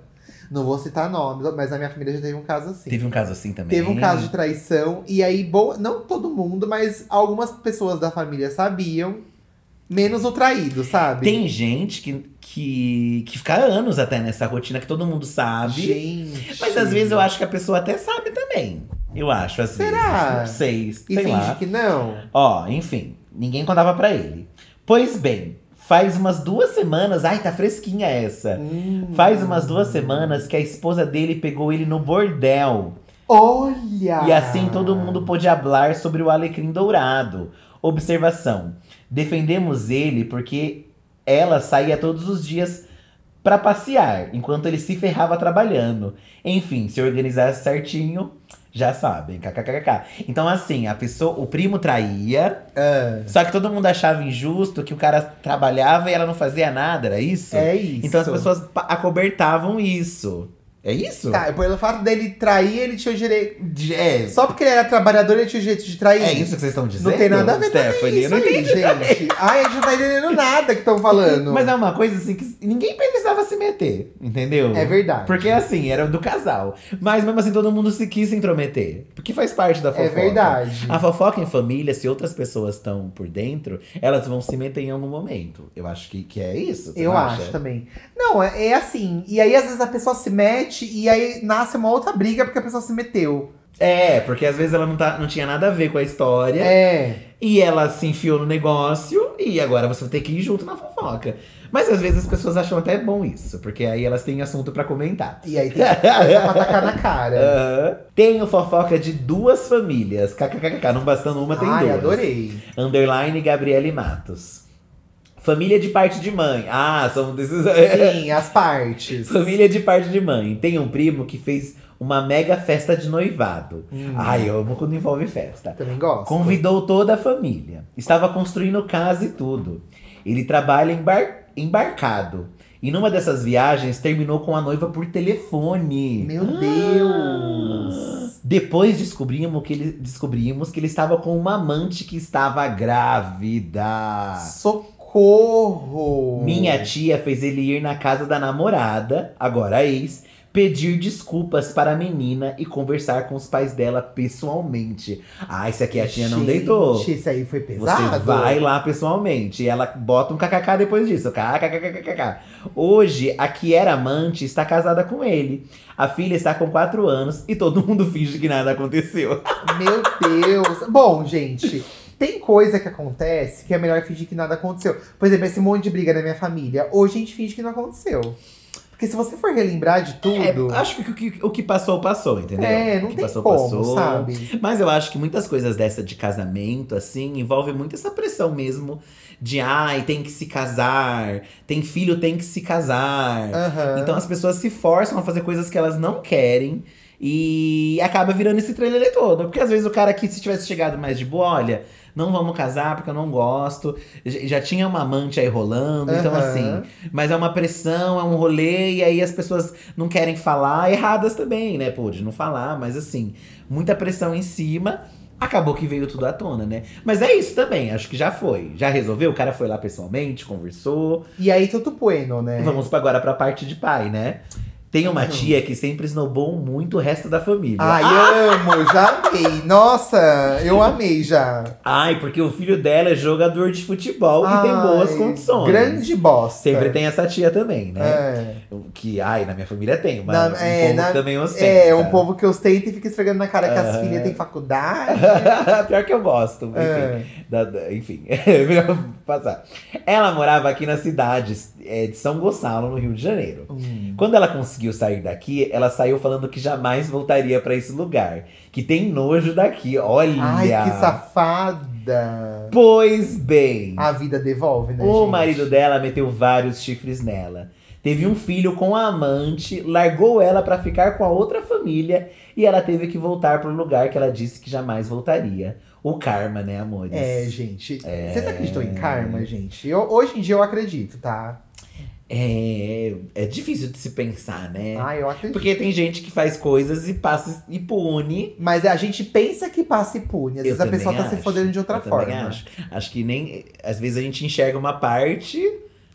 Speaker 1: Não vou citar nomes, mas na minha família já teve um caso assim.
Speaker 2: Teve um caso assim também.
Speaker 1: Teve um caso de traição, e aí, boa, não todo mundo, mas algumas pessoas da família sabiam, menos o traído, sabe?
Speaker 2: Tem gente que, que, que fica anos até nessa rotina que todo mundo sabe.
Speaker 1: Gente.
Speaker 2: Mas às vezes eu acho que a pessoa até sabe também. Eu acho, às
Speaker 1: Será?
Speaker 2: vezes. Não sei, sei
Speaker 1: E finge
Speaker 2: lá.
Speaker 1: que não.
Speaker 2: Ó, enfim, ninguém contava pra ele. Pois bem, faz umas duas semanas. Ai, tá fresquinha essa.
Speaker 1: Hum.
Speaker 2: Faz umas duas semanas que a esposa dele pegou ele no bordel.
Speaker 1: Olha!
Speaker 2: E assim todo mundo pôde hablar sobre o alecrim dourado. Observação: defendemos ele porque ela saía todos os dias pra passear, enquanto ele se ferrava trabalhando. Enfim, se organizar certinho, já sabem. KKKK. Então assim, a pessoa, o primo traía,
Speaker 1: Ah,
Speaker 2: só que todo mundo achava injusto que o cara trabalhava e ela não fazia nada, era isso?
Speaker 1: é isso.
Speaker 2: Então as pessoas pa- acobertavam isso. É isso?
Speaker 1: Tá, pelo fato dele trair, ele tinha o direito.
Speaker 2: De- é,
Speaker 1: Só porque ele era trabalhador, ele tinha o direito de trair.
Speaker 2: É isso que vocês estão dizendo?
Speaker 1: Não tem nada a ver
Speaker 2: Stephanie.
Speaker 1: com isso
Speaker 2: Eu não
Speaker 1: aí,
Speaker 2: entendi. (laughs)
Speaker 1: gente. Ai, a gente não tá entendendo nada que estão falando.
Speaker 2: Mas é uma coisa assim que ninguém precisava se meter, entendeu?
Speaker 1: É verdade.
Speaker 2: Porque assim, era do casal. Mas mesmo assim, todo mundo se quis se intrometer. Porque faz parte da
Speaker 1: É
Speaker 2: fofoca. Ah,
Speaker 1: verdade.
Speaker 2: A fofoca em família, se outras pessoas estão por dentro, elas vão se meter em algum momento. Eu acho que, que é isso. você
Speaker 1: Eu
Speaker 2: não
Speaker 1: acho
Speaker 2: acha?
Speaker 1: também. Não, é, é assim. E aí, às vezes, a pessoa se mete e aí nasce uma outra briga porque a pessoa se meteu.
Speaker 2: É, porque às vezes ela não, tá, não tinha nada a ver com a história.
Speaker 1: É.
Speaker 2: E ela se enfiou no negócio e agora você vai ter que ir junto na fofoca. Mas às vezes as pessoas acham até bom isso, porque aí elas têm assunto pra comentar.
Speaker 1: E aí tem que pra tacar na cara.
Speaker 2: Aham. Tenho fofoca de duas famílias. KKKK, não bastando (laughs) uma, tem
Speaker 1: Ai,
Speaker 2: duas. (laughs)
Speaker 1: adorei.
Speaker 2: Underline Gabriele Matos. Família de parte de mãe. Ah, são desses.
Speaker 1: Sim, as partes.
Speaker 2: (laughs) Família de parte de mãe. Tem um primo que fez uma mega festa de noivado.
Speaker 1: Hum.
Speaker 2: Ai, eu amo quando envolve festa.
Speaker 1: Também gosto.
Speaker 2: Convidou toda a família. Estava construindo casa e tudo. Ele trabalha embar- embarcado. E numa dessas viagens, terminou com a noiva por telefone.
Speaker 1: Meu
Speaker 2: Ah!
Speaker 1: Deus.
Speaker 2: Depois descobrimos que, ele, descobrimos que ele estava com uma amante que estava grávida.
Speaker 1: Socorro!
Speaker 2: Ah. Minha tia fez ele ir na casa da namorada, agora ex, pedir desculpas para a menina e conversar com os pais dela pessoalmente. Ah, isso aqui a tia não
Speaker 1: Gente,
Speaker 2: deitou.
Speaker 1: Isso aí foi
Speaker 2: Você
Speaker 1: pesado.
Speaker 2: vai lá pessoalmente. E ela bota um kkk depois disso. Kkkkk. Hoje, a que era amante está casada com ele. A filha está com 4 anos e todo (laughs) mundo finge que nada aconteceu.
Speaker 1: Meu Deus. Bom, gente, tem coisa que acontece que é melhor fingir que nada aconteceu. Por exemplo, esse monte de briga na minha família. Hoje a gente finge que não aconteceu. Porque se você for relembrar de tudo.
Speaker 2: É, acho que o que o que passou, passou, entendeu?
Speaker 1: É,
Speaker 2: o
Speaker 1: não
Speaker 2: que
Speaker 1: tem
Speaker 2: passou,
Speaker 1: como,
Speaker 2: passou.
Speaker 1: sabe?
Speaker 2: Mas eu acho que muitas coisas dessa de casamento, assim, envolve muito essa pressão mesmo de ai, tem que se casar, tem filho, tem que se casar.
Speaker 1: Aham.
Speaker 2: Então as pessoas se forçam a fazer coisas que elas não querem e acaba virando esse trailer todo. Porque às vezes o cara que se tivesse chegado mais de boa, olha, não vamos casar porque eu não gosto. Já já tinha uma amante aí rolando, então
Speaker 1: Aham.
Speaker 2: assim. Mas é uma pressão, é um rolê, e aí as pessoas não querem falar, erradas também, né? Pô, de não falar, mas assim, muita pressão em cima. Acabou que veio tudo à tona, né? Mas é isso também, acho que já foi. Já resolveu, o cara foi lá pessoalmente, conversou.
Speaker 1: E aí, tudo bueno, né?
Speaker 2: É. Vamos pra- agora pra parte de pai, né? Tem uma
Speaker 1: Uhum.
Speaker 2: tia que sempre snobou muito o resto da família.
Speaker 1: Ai, amo, já amei. Nossa, eu amei já.
Speaker 2: Ai, porque o filho dela é jogador de futebol e tem boas
Speaker 1: Ai,
Speaker 2: condições.
Speaker 1: Grande bosta.
Speaker 2: Sempre tem essa tia também, né?
Speaker 1: É.
Speaker 2: O Que, ai, na minha família tem, mas
Speaker 1: Na-
Speaker 2: um
Speaker 1: é,
Speaker 2: povo
Speaker 1: na-
Speaker 2: que também ostenta.
Speaker 1: É, um
Speaker 2: (laughs)
Speaker 1: povo que ostenta e fica esfregando na cara que as
Speaker 2: Aham.
Speaker 1: filhas têm faculdade.
Speaker 2: Pior que eu gosto, (laughs) enfim.
Speaker 1: É.
Speaker 2: Da- da- enfim, (laughs) é melhor passar. Ela morava aqui na cidade é, de São Gonçalo, no Rio de Janeiro.
Speaker 1: Hum.
Speaker 2: Quando ela conseguiu sair daqui, ela saiu falando que jamais voltaria pra esse lugar. Que tem nojo daqui, olha!
Speaker 1: Ai, que safada.
Speaker 2: Pois bem,
Speaker 1: A vida devolve, Ah, né,
Speaker 2: o
Speaker 1: gente?
Speaker 2: marido dela meteu vários chifres nela. Teve um filho com a amante, largou ela pra ficar com a outra família e ela teve que voltar pro lugar que ela disse que jamais voltaria. O karma, né, amores?
Speaker 1: É, gente. Vocês acreditam em karma, gente? Eu- hoje em dia eu acredito, tá?
Speaker 2: É, é difícil de se pensar, né?
Speaker 1: Ah, eu acredito.
Speaker 2: Porque tem gente que faz coisas e passa e pune.
Speaker 1: Mas a gente pensa que passa e pune. Às vezes
Speaker 2: Eu
Speaker 1: a pessoa
Speaker 2: também
Speaker 1: tá se
Speaker 2: acho,
Speaker 1: fodendo de outra
Speaker 2: eu também
Speaker 1: forma.
Speaker 2: Acho. acho que nem. Às vezes a gente enxerga uma parte,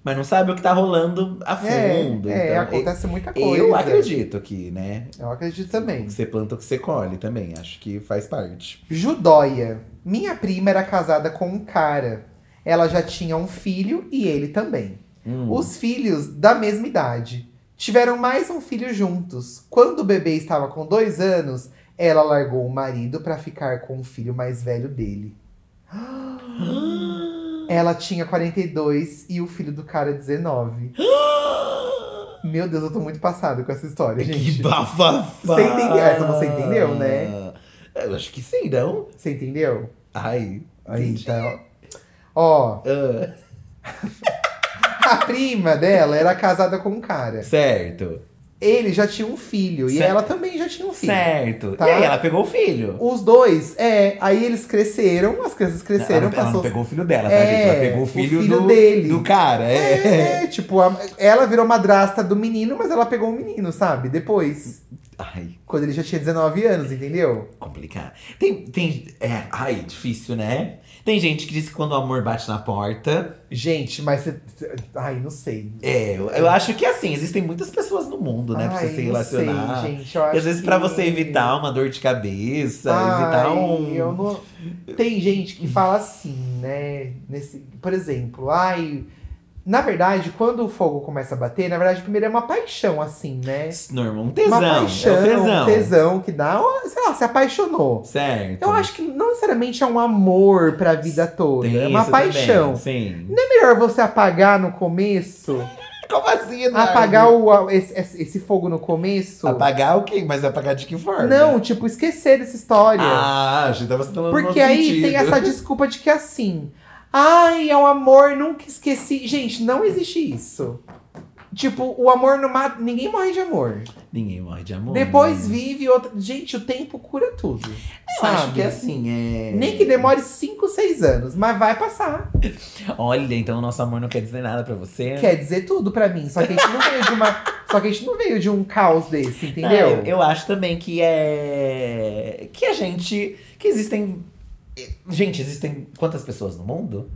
Speaker 2: mas não sabe o que tá rolando a
Speaker 1: É,
Speaker 2: fundo.
Speaker 1: é,
Speaker 2: então,
Speaker 1: acontece muita
Speaker 2: eu,
Speaker 1: coisa.
Speaker 2: eu acredito que, né?
Speaker 1: Eu acredito também.
Speaker 2: O que você planta, o que você colhe também. Acho que faz parte.
Speaker 1: Judóia. Minha prima era casada com um cara. Ela já tinha um filho e ele também.
Speaker 2: Hum.
Speaker 1: Os filhos da mesma idade. Tiveram mais um filho juntos. Quando o bebê estava com dois anos, ela largou o marido para ficar com o filho mais velho dele. Ela tinha 42 e o filho do cara 19. Meu Deus, eu tô muito passado com essa história, gente.
Speaker 2: (laughs) É que bafafá!
Speaker 1: Você entendeu? Essa você entendeu, né?
Speaker 2: Eu acho que sim, não?
Speaker 1: Você entendeu?
Speaker 2: Ai. entendi.
Speaker 1: Então. Ó,
Speaker 2: Ah,
Speaker 1: (laughs) a prima dela era casada com um cara.
Speaker 2: certo.
Speaker 1: Ele já tinha um filho e
Speaker 2: Certo.
Speaker 1: ela também já tinha um filho.
Speaker 2: Certo.
Speaker 1: Tá.
Speaker 2: E aí ela pegou o filho.
Speaker 1: Os dois, é, aí eles cresceram, as crianças cresceram,
Speaker 2: ela, não- ela não
Speaker 1: passou.
Speaker 2: pegou o filho dela, tá,
Speaker 1: É,
Speaker 2: gente? Ela pegou o filho,
Speaker 1: filho
Speaker 2: do,
Speaker 1: dele.
Speaker 2: do cara. É.
Speaker 1: É, é, tipo, a- ela virou madrasta do menino, mas ela pegou o menino, sabe? Depois.
Speaker 2: Ai,
Speaker 1: Quando ele já tinha 19 anos, entendeu?
Speaker 2: complicado. Tem. tem é, ai, difícil, né? Tem gente que diz que quando o amor bate na porta.
Speaker 1: Gente, mas. cê- cê- Ai, não sei.
Speaker 2: É, eu, eu acho que assim, existem muitas pessoas no mundo, né? Pra
Speaker 1: Ai,
Speaker 2: você se
Speaker 1: não
Speaker 2: relacionar.
Speaker 1: sei, gente, eu
Speaker 2: E
Speaker 1: acho
Speaker 2: às vezes, pra
Speaker 1: que-
Speaker 2: você evitar uma dor de cabeça,
Speaker 1: Ai,
Speaker 2: evitar um.
Speaker 1: eu não- Tem gente que fala assim, né? Nesse... Por exemplo, ai. Na verdade, quando o fogo começa a bater, na verdade, primeiro é uma paixão, assim, né?
Speaker 2: Normal, um tesão.
Speaker 1: uma paixão,
Speaker 2: é um tesão.
Speaker 1: um tesão que dá, ó, sei lá, se apaixonou.
Speaker 2: Certo.
Speaker 1: Eu acho que não necessariamente é um amor pra vida toda,
Speaker 2: Tem
Speaker 1: é uma
Speaker 2: isso também,
Speaker 1: paixão.
Speaker 2: sim.
Speaker 1: Não é melhor você apagar no começo?
Speaker 2: Como assim, Eduardo?
Speaker 1: Apagar o, a- esse, esse- esse fogo no começo?
Speaker 2: Apagar o quê? Mas apagar de que forma?
Speaker 1: Não, tipo, esquecer dessa história.
Speaker 2: Ah, achei que tava sendo
Speaker 1: Porque aí tem essa desculpa de que assim. Ai, é um amor, nunca esqueci. Gente, não existe isso. Tipo, o amor não mata. Ninguém morre de amor.
Speaker 2: (laughs) Ninguém morre de amor.
Speaker 1: Depois vive outra. Gente, o tempo cura tudo.
Speaker 2: Eu
Speaker 1: sabe?
Speaker 2: acho que assim, é.
Speaker 1: Nem que demore 5, 6 anos, mas vai passar.
Speaker 2: Olha, então o nosso amor não quer dizer nada pra você.
Speaker 1: Quer dizer tudo pra mim. Só que a gente não veio de uma. (laughs) Só que a gente não veio de um caos desse,
Speaker 2: Não,
Speaker 1: entendeu?
Speaker 2: eu, eu acho também que é. Que a gente. Que existem. Gente, existem quantas pessoas no mundo?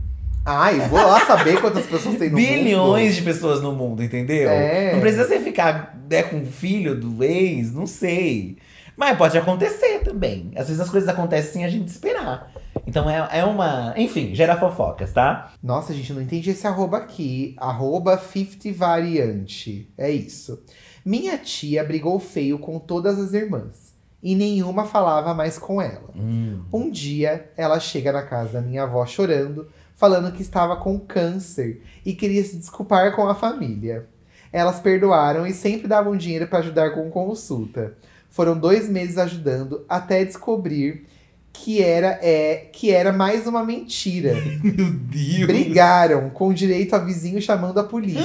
Speaker 1: Ai, vou lá saber quantas pessoas tem no
Speaker 2: (laughs) Bilhões
Speaker 1: mundo.
Speaker 2: de pessoas no mundo, entendeu?
Speaker 1: É.
Speaker 2: Não precisa você ficar né, com o filho do ex, não sei. Mas pode acontecer também. Às vezes as coisas acontecem sem a gente esperar. Então é, é uma. Enfim, gera fofocas, tá?
Speaker 1: Nossa, gente, eu não entendi esse arroba aqui. Arroba 50 variante. É isso. Minha tia brigou feio com todas as irmãs. E nenhuma falava mais com ela.
Speaker 2: Hum.
Speaker 1: Um dia, ela chega na casa da minha avó chorando, falando que estava com câncer e queria se desculpar com a família. Elas perdoaram e sempre davam dinheiro para ajudar com consulta. Foram dois meses ajudando até descobrir que era, é, que era mais uma mentira.
Speaker 2: (laughs) Meu Deus.
Speaker 1: Brigaram, com direito a vizinho chamando a polícia.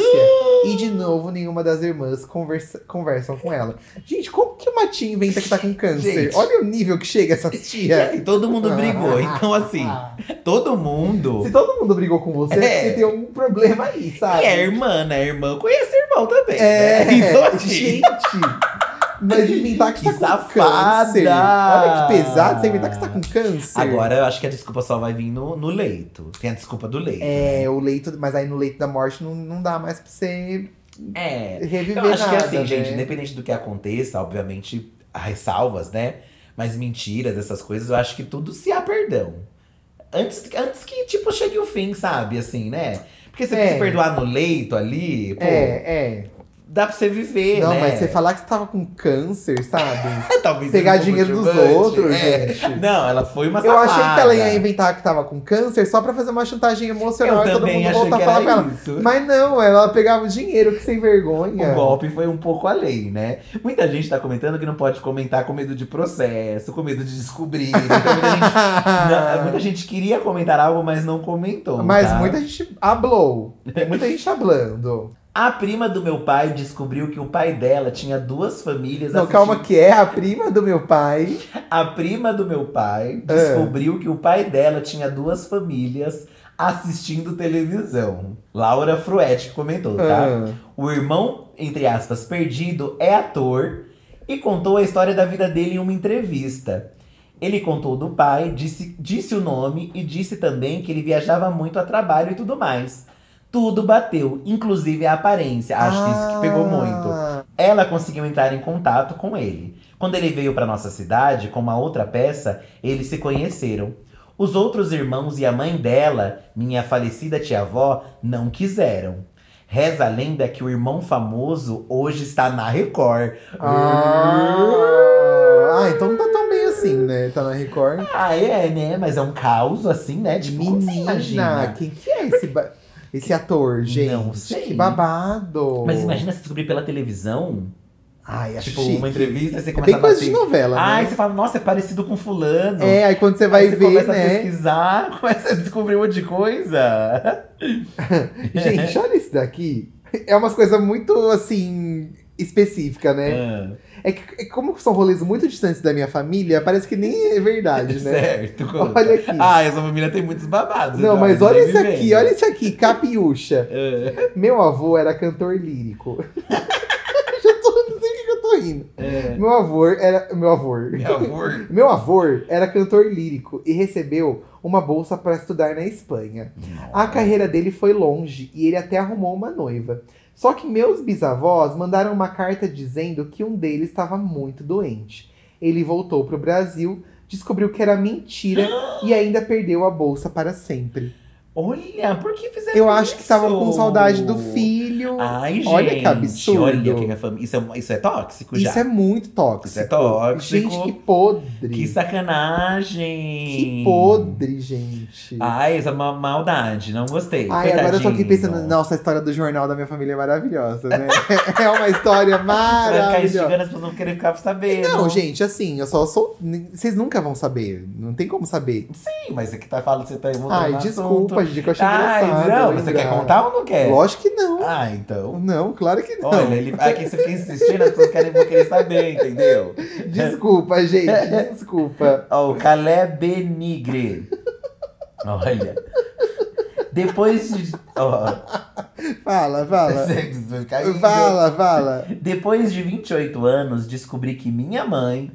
Speaker 1: e de novo, nenhuma das irmãs conversa, conversam com ela. Gente, como que uma tia inventa que tá com câncer?
Speaker 2: Gente.
Speaker 1: Olha o nível que chega essa
Speaker 2: E
Speaker 1: tia.
Speaker 2: assim, todo mundo (laughs) brigou. Então, assim,
Speaker 1: Ah,
Speaker 2: todo mundo.
Speaker 1: Se todo mundo brigou com você,
Speaker 2: É.
Speaker 1: você tem um problema aí, sabe?
Speaker 2: E é irmã, né? Irmã conhece irmão também.
Speaker 1: É,
Speaker 2: né? (laughs) Então, assim,
Speaker 1: gente. Mas inventar que,
Speaker 2: Que
Speaker 1: você tá com
Speaker 2: safada.
Speaker 1: câncer. Olha que pesado você inventar que você tá com câncer.
Speaker 2: agora eu acho que a desculpa só vai vir no, no leito. Tem a desculpa do leito.
Speaker 1: É, o leito. Mas aí no leito da morte não, não dá mais pra você
Speaker 2: É.
Speaker 1: reviver
Speaker 2: Eu acho que
Speaker 1: nada,
Speaker 2: assim,
Speaker 1: né?
Speaker 2: gente, independente do que aconteça, obviamente, há ressalvas, né? Mas mentiras, essas coisas, eu acho que tudo se há perdão. Antes, antes que, tipo, chegue o fim, sabe? Assim, né? Porque você
Speaker 1: É.
Speaker 2: se perdoar no leito ali, pô,
Speaker 1: É, é.
Speaker 2: dá pra você viver,
Speaker 1: não,
Speaker 2: né?
Speaker 1: mas você falar que você tava com câncer, sabe?
Speaker 2: (laughs) Talvez
Speaker 1: Pegar
Speaker 2: seja um
Speaker 1: dinheiro
Speaker 2: pouco
Speaker 1: dos
Speaker 2: chocante.
Speaker 1: outros,
Speaker 2: É.
Speaker 1: gente.
Speaker 2: Não, ela foi uma
Speaker 1: Eu achei que ela ia
Speaker 2: Tá safada.
Speaker 1: inventar que tava com câncer só pra fazer uma chantagem emocional
Speaker 2: Eu
Speaker 1: e é todo
Speaker 2: também
Speaker 1: mundo
Speaker 2: achei
Speaker 1: voltar a
Speaker 2: que
Speaker 1: falar
Speaker 2: era
Speaker 1: com ela.
Speaker 2: isso.
Speaker 1: Mas não, ela pegava o dinheiro, que sem vergonha.
Speaker 2: O
Speaker 1: (laughs)
Speaker 2: golpe foi um pouco além, né? Muita gente tá comentando que não pode comentar com medo de processo, com medo de descobrir. Então, muita
Speaker 1: (laughs)
Speaker 2: gente Não, é muita gente queria comentar algo, mas não comentou.
Speaker 1: Mas
Speaker 2: tá?
Speaker 1: muita gente hablou. Tem muita gente
Speaker 2: (laughs)
Speaker 1: hablando.
Speaker 2: A prima do meu pai descobriu que o pai dela tinha duas famílias.
Speaker 1: Não,
Speaker 2: assistindo-
Speaker 1: calma que é a prima do meu pai.
Speaker 2: A prima do meu
Speaker 1: É.
Speaker 2: pai descobriu que o pai dela tinha duas famílias assistindo televisão. Laura Fruetti que comentou, tá?
Speaker 1: Ah,
Speaker 2: O irmão, entre aspas, perdido, é ator e contou a história da vida dele em uma entrevista. Ele contou do pai, disse, disse o nome e disse também que ele viajava muito a trabalho e tudo mais. Tudo bateu, inclusive a aparência. Acho que isso que pegou muito.
Speaker 1: Ah,
Speaker 2: Ela conseguiu entrar em contato com ele. Quando ele veio para nossa cidade com uma outra peça, eles se conheceram. Os outros irmãos e a mãe dela, minha falecida tia-avó, não quiseram. Reza a lenda que o irmão famoso hoje está na Record.
Speaker 1: Ah, então não tá tão bem assim, né? Tá na Record.
Speaker 2: Ah, é, né? Mas é um caos assim, né? De como você
Speaker 1: Menina,
Speaker 2: imagina?
Speaker 1: quem que é esse, ba- esse ator, gente?
Speaker 2: Não sei.
Speaker 1: Que babado.
Speaker 2: Mas imagina se descobrir pela televisão,
Speaker 1: Ai, acho
Speaker 2: tipo,
Speaker 1: É chique.
Speaker 2: uma entrevista, você
Speaker 1: É
Speaker 2: começa
Speaker 1: bem
Speaker 2: a
Speaker 1: coisa
Speaker 2: bater.
Speaker 1: de novela,
Speaker 2: Ai,
Speaker 1: né?
Speaker 2: você fala, nossa, é parecido com fulano.
Speaker 1: É, aí quando você vai
Speaker 2: Aí você
Speaker 1: ver,
Speaker 2: começa a
Speaker 1: né?
Speaker 2: pesquisar, (laughs) começa a descobrir um monte de coisa.
Speaker 1: Gente, olha isso daqui. É umas coisas muito, assim, específica, né?
Speaker 2: Ah,
Speaker 1: É que é como são rolês muito distantes da minha família, parece que nem é
Speaker 2: (laughs)
Speaker 1: verdade, né?
Speaker 2: Certo. conta.
Speaker 1: Olha aqui.
Speaker 2: Ah, essa família tem muitos babados.
Speaker 1: Não,
Speaker 2: Eduardo,
Speaker 1: mas olha
Speaker 2: nem
Speaker 1: isso
Speaker 2: me
Speaker 1: aqui,
Speaker 2: vem.
Speaker 1: olha isso aqui, capiúcha.
Speaker 2: Ah,
Speaker 1: Meu avô era cantor lírico. (laughs) Já tô, não sei o que que eu tô rindo.
Speaker 2: É.
Speaker 1: Meu avô era. Meu avô.
Speaker 2: meu amor.
Speaker 1: Meu avô era cantor lírico e recebeu uma bolsa para estudar na Espanha. A carreira dele foi longe e ele até arrumou uma noiva. Só que meus bisavós mandaram uma carta dizendo que um deles estava muito doente. Ele voltou pro Brasil, descobriu que era mentira e ainda perdeu a bolsa para sempre.
Speaker 2: Olha, por que Ah, fizeram
Speaker 1: Eu acho que
Speaker 2: isso?
Speaker 1: estavam com saudade do filho.
Speaker 2: Ai, gente.
Speaker 1: Olha que absurdo.
Speaker 2: Olha o que que a família. Isso é, isso é tóxico já.
Speaker 1: Isso é muito tóxico.
Speaker 2: Isso é tóxico.
Speaker 1: Gente, que podre.
Speaker 2: Que sacanagem.
Speaker 1: Que podre, gente.
Speaker 2: Ai, essa é uma maldade. Não gostei.
Speaker 1: Ai, agora eu tô aqui
Speaker 2: Coitadinho.
Speaker 1: pensando, nossa, a história do jornal da minha família é maravilhosa, né? (laughs) é uma história
Speaker 2: (laughs) Você vai ficar instigando,
Speaker 1: maravilhosa.
Speaker 2: as pessoas vão querer ficar sabendo.
Speaker 1: Não, gente, assim, eu só sou. Vocês nunca vão saber. Não tem como saber.
Speaker 2: Sim, mas você que tá falando, você tá mudando
Speaker 1: Ai,
Speaker 2: o
Speaker 1: desculpa, gente, que eu
Speaker 2: assunto.
Speaker 1: achei
Speaker 2: Ai,
Speaker 1: engraçado.
Speaker 2: não, você quer
Speaker 1: lembrar.
Speaker 2: contar ou não quer?
Speaker 1: Lógico que não.
Speaker 2: Ah, então.
Speaker 1: Não, claro que não.
Speaker 2: Olha, ele, aqui você fica insistindo, as pessoas querem, vão querer saber, entendeu?
Speaker 1: Desculpa, gente,
Speaker 2: (laughs)
Speaker 1: desculpa.
Speaker 2: Ó, o Calé Benigre. Olha. Depois de. Ó,
Speaker 1: Fala, fala.
Speaker 2: (laughs) você tá vai ficar aí.
Speaker 1: Fala, fala.
Speaker 2: Depois de 28 anos, descobri que minha mãe,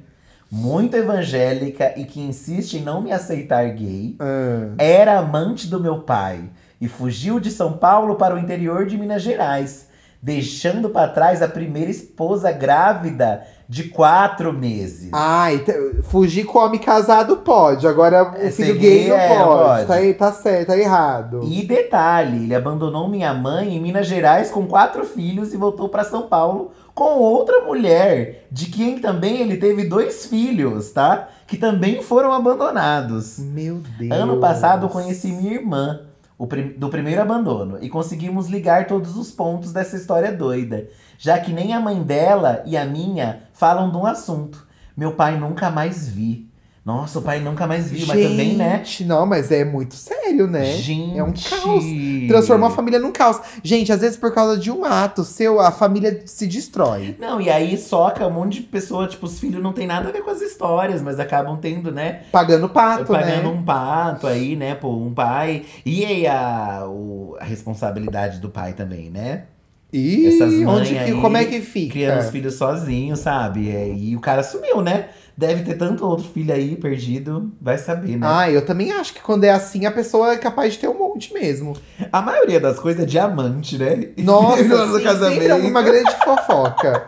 Speaker 2: muito evangélica e que insiste em não me aceitar gay,
Speaker 1: Ah,
Speaker 2: Era amante do meu pai e fugiu de São Paulo para o interior de Minas Gerais, deixando para trás a primeira esposa grávida de quatro meses.
Speaker 1: Ai, te- fugir com homem casado pode, agora
Speaker 2: É,
Speaker 1: o filho
Speaker 2: ser
Speaker 1: gay
Speaker 2: gay,
Speaker 1: não
Speaker 2: é, não
Speaker 1: pode.
Speaker 2: pode.
Speaker 1: Tá, aí- tá certo, tá errado.
Speaker 2: E detalhe, ele abandonou minha mãe em Minas Gerais com quatro filhos e voltou para São Paulo com outra mulher, de quem também ele teve dois filhos, tá? Que também foram abandonados.
Speaker 1: Meu Deus.
Speaker 2: Ano passado conheci minha irmã. o prim- do primeiro abandono e conseguimos ligar todos os pontos dessa história doida, já que nem a mãe dela e a minha falam de um assunto. Meu pai nunca mais vi. Nossa, o pai nunca mais viu, mas também, né?
Speaker 1: Gente, Não, mas é muito sério, né?
Speaker 2: Gente.
Speaker 1: É um caos. Transformou a família num caos. Gente, às vezes por causa de um ato seu, a família se destrói.
Speaker 2: Não, e aí soca um monte de pessoa, tipo, os filhos não tem nada a ver com as histórias, mas acabam tendo, né?
Speaker 1: Pagando pato,
Speaker 2: pagando
Speaker 1: né?
Speaker 2: um pato aí, né? Pô, um pai. E aí a, o- a responsabilidade do pai também, né?
Speaker 1: E
Speaker 2: essas mães
Speaker 1: onde que,
Speaker 2: aí,
Speaker 1: como é que fica?
Speaker 2: Criando os filhos sozinho, sabe? É, E o cara sumiu, né? Deve ter tanto outro filho aí perdido, vai saber, né?
Speaker 1: Ah, eu também acho que quando é assim, a pessoa é capaz de ter um monte mesmo.
Speaker 2: A maioria das coisas é diamante, né? (laughs)
Speaker 1: Nossa,
Speaker 2: No
Speaker 1: sim, sempre uma grande fofoca.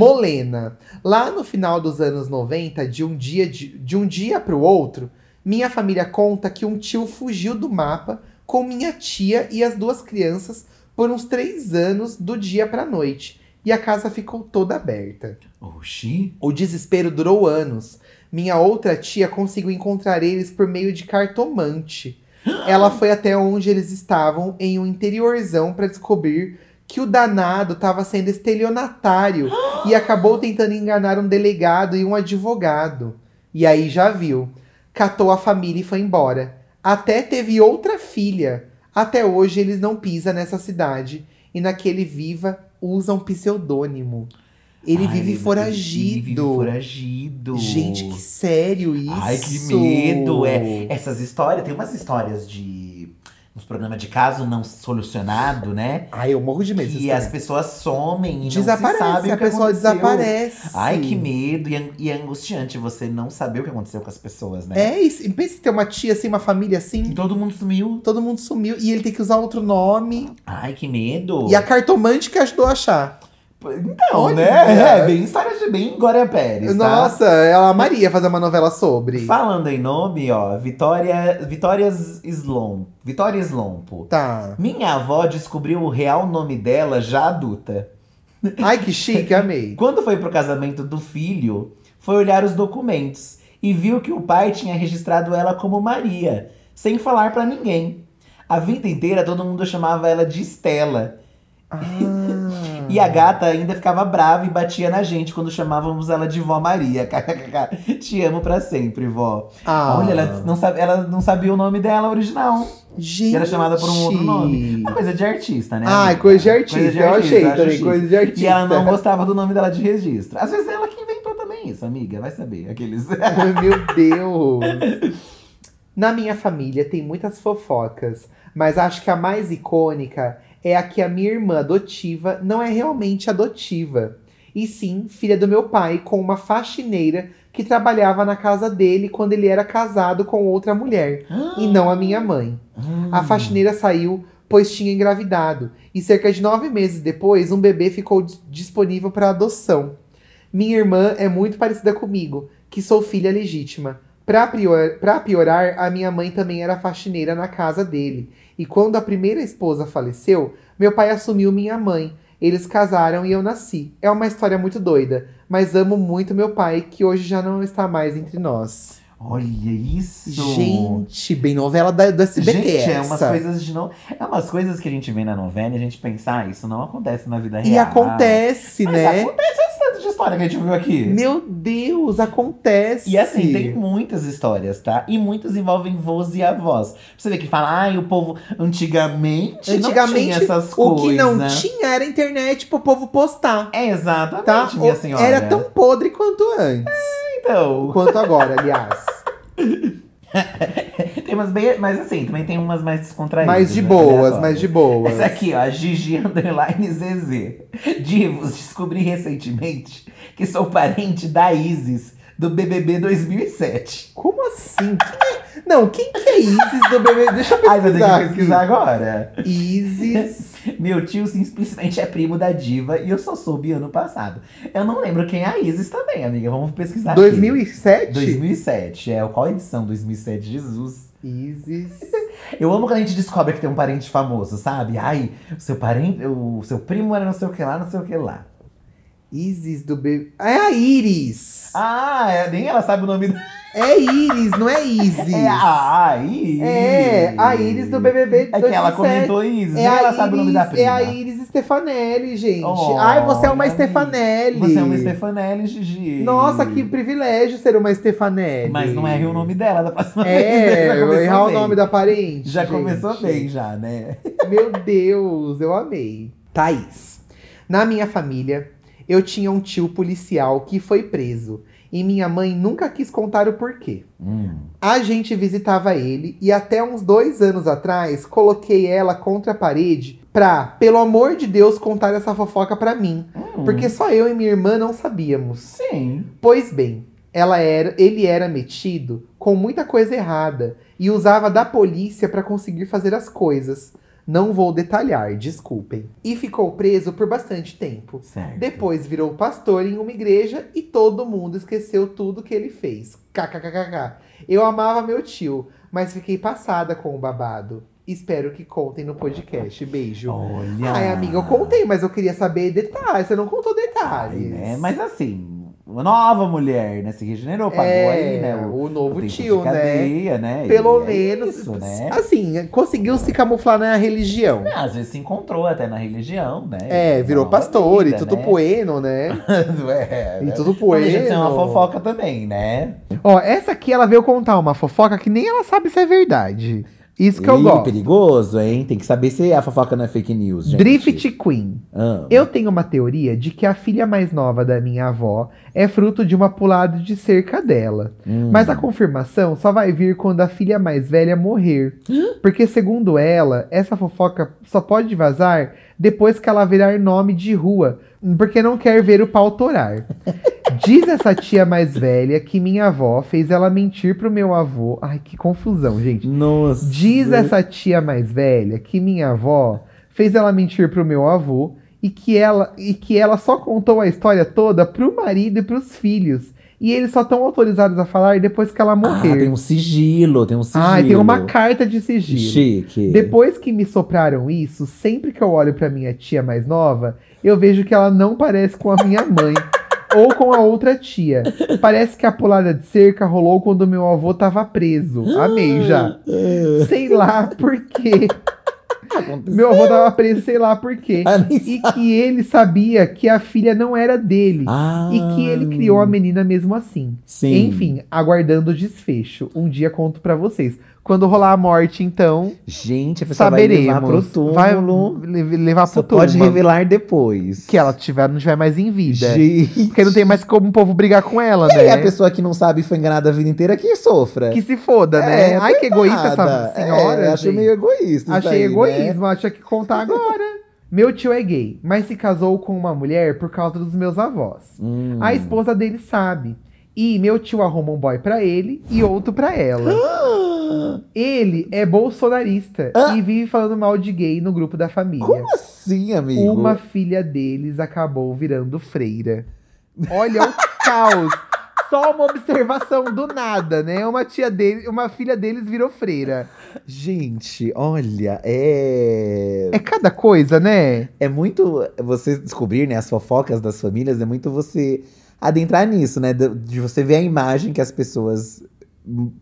Speaker 1: Molena. Lá no final dos anos 90, de um dia de, de um dia pro outro, minha família conta que um tio fugiu do mapa com minha tia e as duas crianças por uns três anos do dia pra noite. E a casa ficou toda aberta.
Speaker 2: Oxi.
Speaker 1: O desespero durou anos. Minha outra tia conseguiu encontrar eles por meio de cartomante. Ela foi até onde eles estavam, em um interiorzão, para descobrir que o danado estava sendo estelionatário e acabou tentando enganar um delegado e um advogado. E aí já viu. Catou a família e foi embora. Até teve outra filha. Até hoje eles não pisam nessa cidade. E naquele viva usam pseudônimo. Ele
Speaker 2: Ai,
Speaker 1: vive foragido.
Speaker 2: Ele vive foragido.
Speaker 1: Gente, que sério isso!
Speaker 2: Ai, que medo, é, Essas histórias, tem umas histórias de. Nos programas de caso não solucionado, né?
Speaker 1: Ai, eu morro de medo.
Speaker 2: que
Speaker 1: vocês
Speaker 2: as pessoas somem e
Speaker 1: Desaparece,
Speaker 2: não se sabe
Speaker 1: a
Speaker 2: o que
Speaker 1: pessoa
Speaker 2: aconteceu.
Speaker 1: desaparece.
Speaker 2: Ai, que medo. E, an- e é angustiante você não saber o que aconteceu com as pessoas, né?
Speaker 1: É isso. E pensa em ter uma tia assim, uma família
Speaker 2: E
Speaker 1: assim,
Speaker 2: todo mundo sumiu.
Speaker 1: todo mundo sumiu e ele tem que usar outro nome.
Speaker 2: Ai, que medo.
Speaker 1: E a cartomante que ajudou a achar.
Speaker 2: Então,
Speaker 1: Olha.
Speaker 2: né? É, bem história de bem Glória Pérez, tá?
Speaker 1: Nossa, ela amaria fazer uma novela sobre.
Speaker 2: Falando em nome, ó, Vitória, Vitória Slom, Vitória Slompo.
Speaker 1: Tá.
Speaker 2: Minha avó descobriu o real nome dela já adulta.
Speaker 1: Ai, que chique, amei.
Speaker 2: Quando foi pro casamento do filho, foi olhar os documentos e viu que o pai tinha registrado ela como Maria, sem falar pra ninguém. A vida inteira todo mundo chamava ela de Estela.
Speaker 1: Ah.
Speaker 2: E a gata ainda ficava brava e batia na gente quando chamávamos ela de vó Maria. (laughs) Te amo pra sempre, vó.
Speaker 1: Ah.
Speaker 2: Olha, ela não, sabe, ela não sabia o nome dela original.
Speaker 1: Gente.
Speaker 2: era chamada por um outro nome. É coisa de artista, né?
Speaker 1: Ai,
Speaker 2: amiga?
Speaker 1: coisa de artista. eu achei
Speaker 2: acho
Speaker 1: também,
Speaker 2: chique.
Speaker 1: coisa de artista.
Speaker 2: E ela não gostava do nome dela de registro. Às vezes é ela que inventou também isso, amiga. Vai saber. Aqueles.
Speaker 1: Ai, Meu Deus! Na minha família tem muitas fofocas, mas acho que a mais icônica é a que a minha irmã adotiva não é realmente adotiva, e sim filha do meu pai com uma faxineira que trabalhava na casa dele quando ele era casado com outra mulher, e não a minha mãe.
Speaker 2: Hum.
Speaker 1: A
Speaker 2: Ah.
Speaker 1: faxineira saiu pois tinha engravidado, e cerca de nove meses depois, um bebê ficou dis- disponível para adoção. Minha irmã é muito parecida comigo, que sou filha legítima. Para piorar, a minha mãe também era faxineira na casa dele. E quando a primeira esposa faleceu, meu pai assumiu minha mãe. Eles casaram e eu nasci. É uma história muito doida, mas amo muito meu pai, que hoje já não está mais entre nós.
Speaker 2: Olha isso.
Speaker 1: Gente, bem novela da, do SBT
Speaker 2: Gente, é
Speaker 1: essa.
Speaker 2: umas coisas de não. É umas coisas que a gente vê na novela e a gente pensa, ah, isso não acontece na vida real.
Speaker 1: E acontece,
Speaker 2: Mas
Speaker 1: né?
Speaker 2: acontece esse tanto de história que a gente viu aqui.
Speaker 1: Meu Deus, acontece.
Speaker 2: E assim, tem muitas histórias, tá? E muitas envolvem vôs e avós. Você vê que fala, ai, o povo antigamente, não
Speaker 1: Antigamente,
Speaker 2: tinha essas
Speaker 1: O
Speaker 2: coisas.
Speaker 1: que não tinha era internet pro povo postar.
Speaker 2: É, exatamente,
Speaker 1: Tá?
Speaker 2: minha
Speaker 1: O-
Speaker 2: senhora.
Speaker 1: Era tão podre quanto antes.
Speaker 2: Então,
Speaker 1: Quanto agora,
Speaker 2: (laughs)
Speaker 1: aliás.
Speaker 2: tem umas bem... Mas assim, também tem umas mais descontraídas.
Speaker 1: mas de
Speaker 2: né?
Speaker 1: boas,
Speaker 2: Aleatórias.
Speaker 1: mas de boas.
Speaker 2: Essa é aqui, ó, Gigi Underline ZZ. Divos, descobri recentemente que sou parente da Isis, do BBB 2007.
Speaker 1: Como assim? Quem é- Não, quem que é Isis do bebê? Deixa eu
Speaker 2: Ai, vou ter
Speaker 1: pesquisar.
Speaker 2: que pesquisar agora.
Speaker 1: aqui.
Speaker 2: (laughs)
Speaker 1: Isis.
Speaker 2: Meu tio simplesmente é primo da diva e eu só soube ano passado. Eu não lembro quem é a Isis também, amiga. Vamos pesquisar aqui.
Speaker 1: 2007?
Speaker 2: 2007. É, qual a edição? 2007, Jesus.
Speaker 1: Isis.
Speaker 2: Eu amo quando a gente descobre que tem um parente famoso, sabe? Ai, o seu parente, o seu primo era não sei o que lá, não sei o que lá.
Speaker 1: Isis do bebê. É a Iris.
Speaker 2: Ah, é, nem ela sabe o nome dela.
Speaker 1: É Iris, não é Isis.
Speaker 2: É a a Iris.
Speaker 1: É, a Iris do BBB
Speaker 2: É que ela
Speaker 1: 2007.
Speaker 2: comentou Iris,
Speaker 1: É
Speaker 2: ela
Speaker 1: a
Speaker 2: sabe o nome
Speaker 1: Iris-
Speaker 2: da prima.
Speaker 1: É a Iris Stefanelli, gente.
Speaker 2: Oh,
Speaker 1: Ai, você é uma
Speaker 2: olha aí.
Speaker 1: Stefanelli.
Speaker 2: Você é uma Stefanelli, Gigi.
Speaker 1: Nossa, que privilégio ser uma Stefanelli.
Speaker 2: Mas não erre o nome dela da próxima vez. né?
Speaker 1: É,
Speaker 2: (laughs) Já
Speaker 1: eu
Speaker 2: começou
Speaker 1: errar o
Speaker 2: bem.
Speaker 1: nome da parente.
Speaker 2: Já começou
Speaker 1: gente.
Speaker 2: bem, já, né?
Speaker 1: Meu Deus, eu amei. Thaís. Na minha família, eu tinha um tio policial que foi preso. E minha mãe nunca quis contar o porquê.
Speaker 2: Hum.
Speaker 1: A gente visitava ele e até uns dois anos atrás coloquei ela contra a parede pra, pelo amor de Deus, contar essa fofoca pra mim.
Speaker 2: Hum.
Speaker 1: Porque só eu e minha irmã não sabíamos.
Speaker 2: Sim.
Speaker 1: Pois bem, ela era, ele era metido com muita coisa errada e usava da polícia pra conseguir fazer as coisas. Não vou detalhar, desculpem. E ficou preso por bastante tempo.
Speaker 2: Certo.
Speaker 1: Depois virou pastor em uma igreja e todo mundo esqueceu tudo que ele fez. KKKKK. Eu amava meu tio, mas fiquei passada com o babado. Espero que contem no podcast. Beijo.
Speaker 2: Olha.
Speaker 1: um- Ai, amiga, eu contei, mas eu queria saber detalhes. Você não contou
Speaker 2: Ah. Ai,
Speaker 1: detalhes.
Speaker 2: né? Mas assim, uma nova mulher, né? Se regenerou, pagou aí, né? O,
Speaker 1: É, O
Speaker 2: o
Speaker 1: novo
Speaker 2: tempo
Speaker 1: tio,
Speaker 2: de
Speaker 1: né?
Speaker 2: cadeia, né? E
Speaker 1: Pelo
Speaker 2: é
Speaker 1: menos.
Speaker 2: Isso, né?
Speaker 1: Assim, conseguiu se camuflar na religião.
Speaker 2: Ah, Às vezes se encontrou até na religião, né?
Speaker 1: É, virou
Speaker 2: Nova
Speaker 1: pastor
Speaker 2: vida,
Speaker 1: e tudo
Speaker 2: né?
Speaker 1: bueno, né?
Speaker 2: (laughs) é,
Speaker 1: E
Speaker 2: né?
Speaker 1: tudo
Speaker 2: Não
Speaker 1: bueno.
Speaker 2: deixa de ser uma fofoca também, né?
Speaker 1: Ó, essa aqui ela veio contar uma fofoca que nem ela sabe se é verdade. Isso que eu
Speaker 2: Ih,
Speaker 1: gosto.
Speaker 2: perigoso, hein? Tem que saber se a fofoca não é fake news, gente.
Speaker 1: Drift Queen.
Speaker 2: Ah.
Speaker 1: Eu tenho uma teoria de que a filha mais nova da minha avó é fruto de uma pulada de cerca dela.
Speaker 2: Hum.
Speaker 1: Mas a confirmação só vai vir quando a filha mais velha morrer. Porque, segundo ela, essa fofoca só pode vazar depois que ela virar nome de rua, porque não quer ver o pau torar. Diz essa tia mais velha que minha avó fez ela mentir pro meu avô. Ai, que confusão, gente.
Speaker 2: Hum. Nossa. Ah,
Speaker 1: Diz essa tia mais velha que minha avó fez ela mentir pro meu avô e que ela, e que ela só contou a história toda pro marido e pros filhos. E eles só estão autorizados a falar depois que ela
Speaker 2: Ah, tem
Speaker 1: morrer.
Speaker 2: um sigilo, tem um sigilo.
Speaker 1: Ai, tem uma carta de sigilo.
Speaker 2: Chique.
Speaker 1: Depois que me sopraram isso, sempre que eu olho pra minha tia mais nova, eu vejo que ela não parece com a minha
Speaker 2: (laughs)
Speaker 1: mãe ou com a outra tia. Parece que a pulada de cerca rolou quando meu avô tava preso. Amei já.
Speaker 2: Ah.
Speaker 1: Sei lá por quê. Meu avô tava preso, sei lá por quê.
Speaker 2: Ah, nem
Speaker 1: E que ele sabia que a filha não era dele.
Speaker 2: Ah,
Speaker 1: E que ele criou a menina mesmo assim.
Speaker 2: Sim.
Speaker 1: Enfim, aguardando o desfecho. Um dia conto pra vocês. Quando rolar a morte, então,
Speaker 2: Gente, a pessoa
Speaker 1: saberemos.
Speaker 2: vai levar pro túmulo.
Speaker 1: Vai le- levar pro
Speaker 2: Só
Speaker 1: túmulo.
Speaker 2: pode revelar depois.
Speaker 1: Que ela tiver, não tiver mais em vida.
Speaker 2: Gente.
Speaker 1: Porque não tem mais como o povo brigar com ela,
Speaker 2: E aí a
Speaker 1: né?
Speaker 2: pessoa que não sabe e foi enganada a vida inteira que sofra.
Speaker 1: Que se foda, né?
Speaker 2: É,
Speaker 1: Ai, que egoísta essa
Speaker 2: Nada.
Speaker 1: senhora.
Speaker 2: É, acho
Speaker 1: gente.
Speaker 2: meio egoísta. isso
Speaker 1: Achei
Speaker 2: aí, Né?
Speaker 1: egoísmo, acho que contar
Speaker 2: (laughs)
Speaker 1: agora. Meu tio é gay, mas se casou com uma mulher por causa dos meus avós.
Speaker 2: Hum.
Speaker 1: A esposa dele sabe. E meu tio arruma um boy pra ele e outro pra ela.
Speaker 2: (gasps) Ah,
Speaker 1: Ele é bolsonarista e vive falando mal de gay no grupo da família.
Speaker 2: (gasps) Como assim, amigo?
Speaker 1: Uma filha deles acabou virando freira. Olha o (laughs) caos. Só uma observação do nada, né? Uma tia dele, uma filha deles virou freira.
Speaker 2: Gente, olha, é.
Speaker 1: É cada coisa, né?
Speaker 2: É muito você descobrir, né, as fofocas das famílias, é muito você adentrar nisso, né? De, de você ver a imagem que as pessoas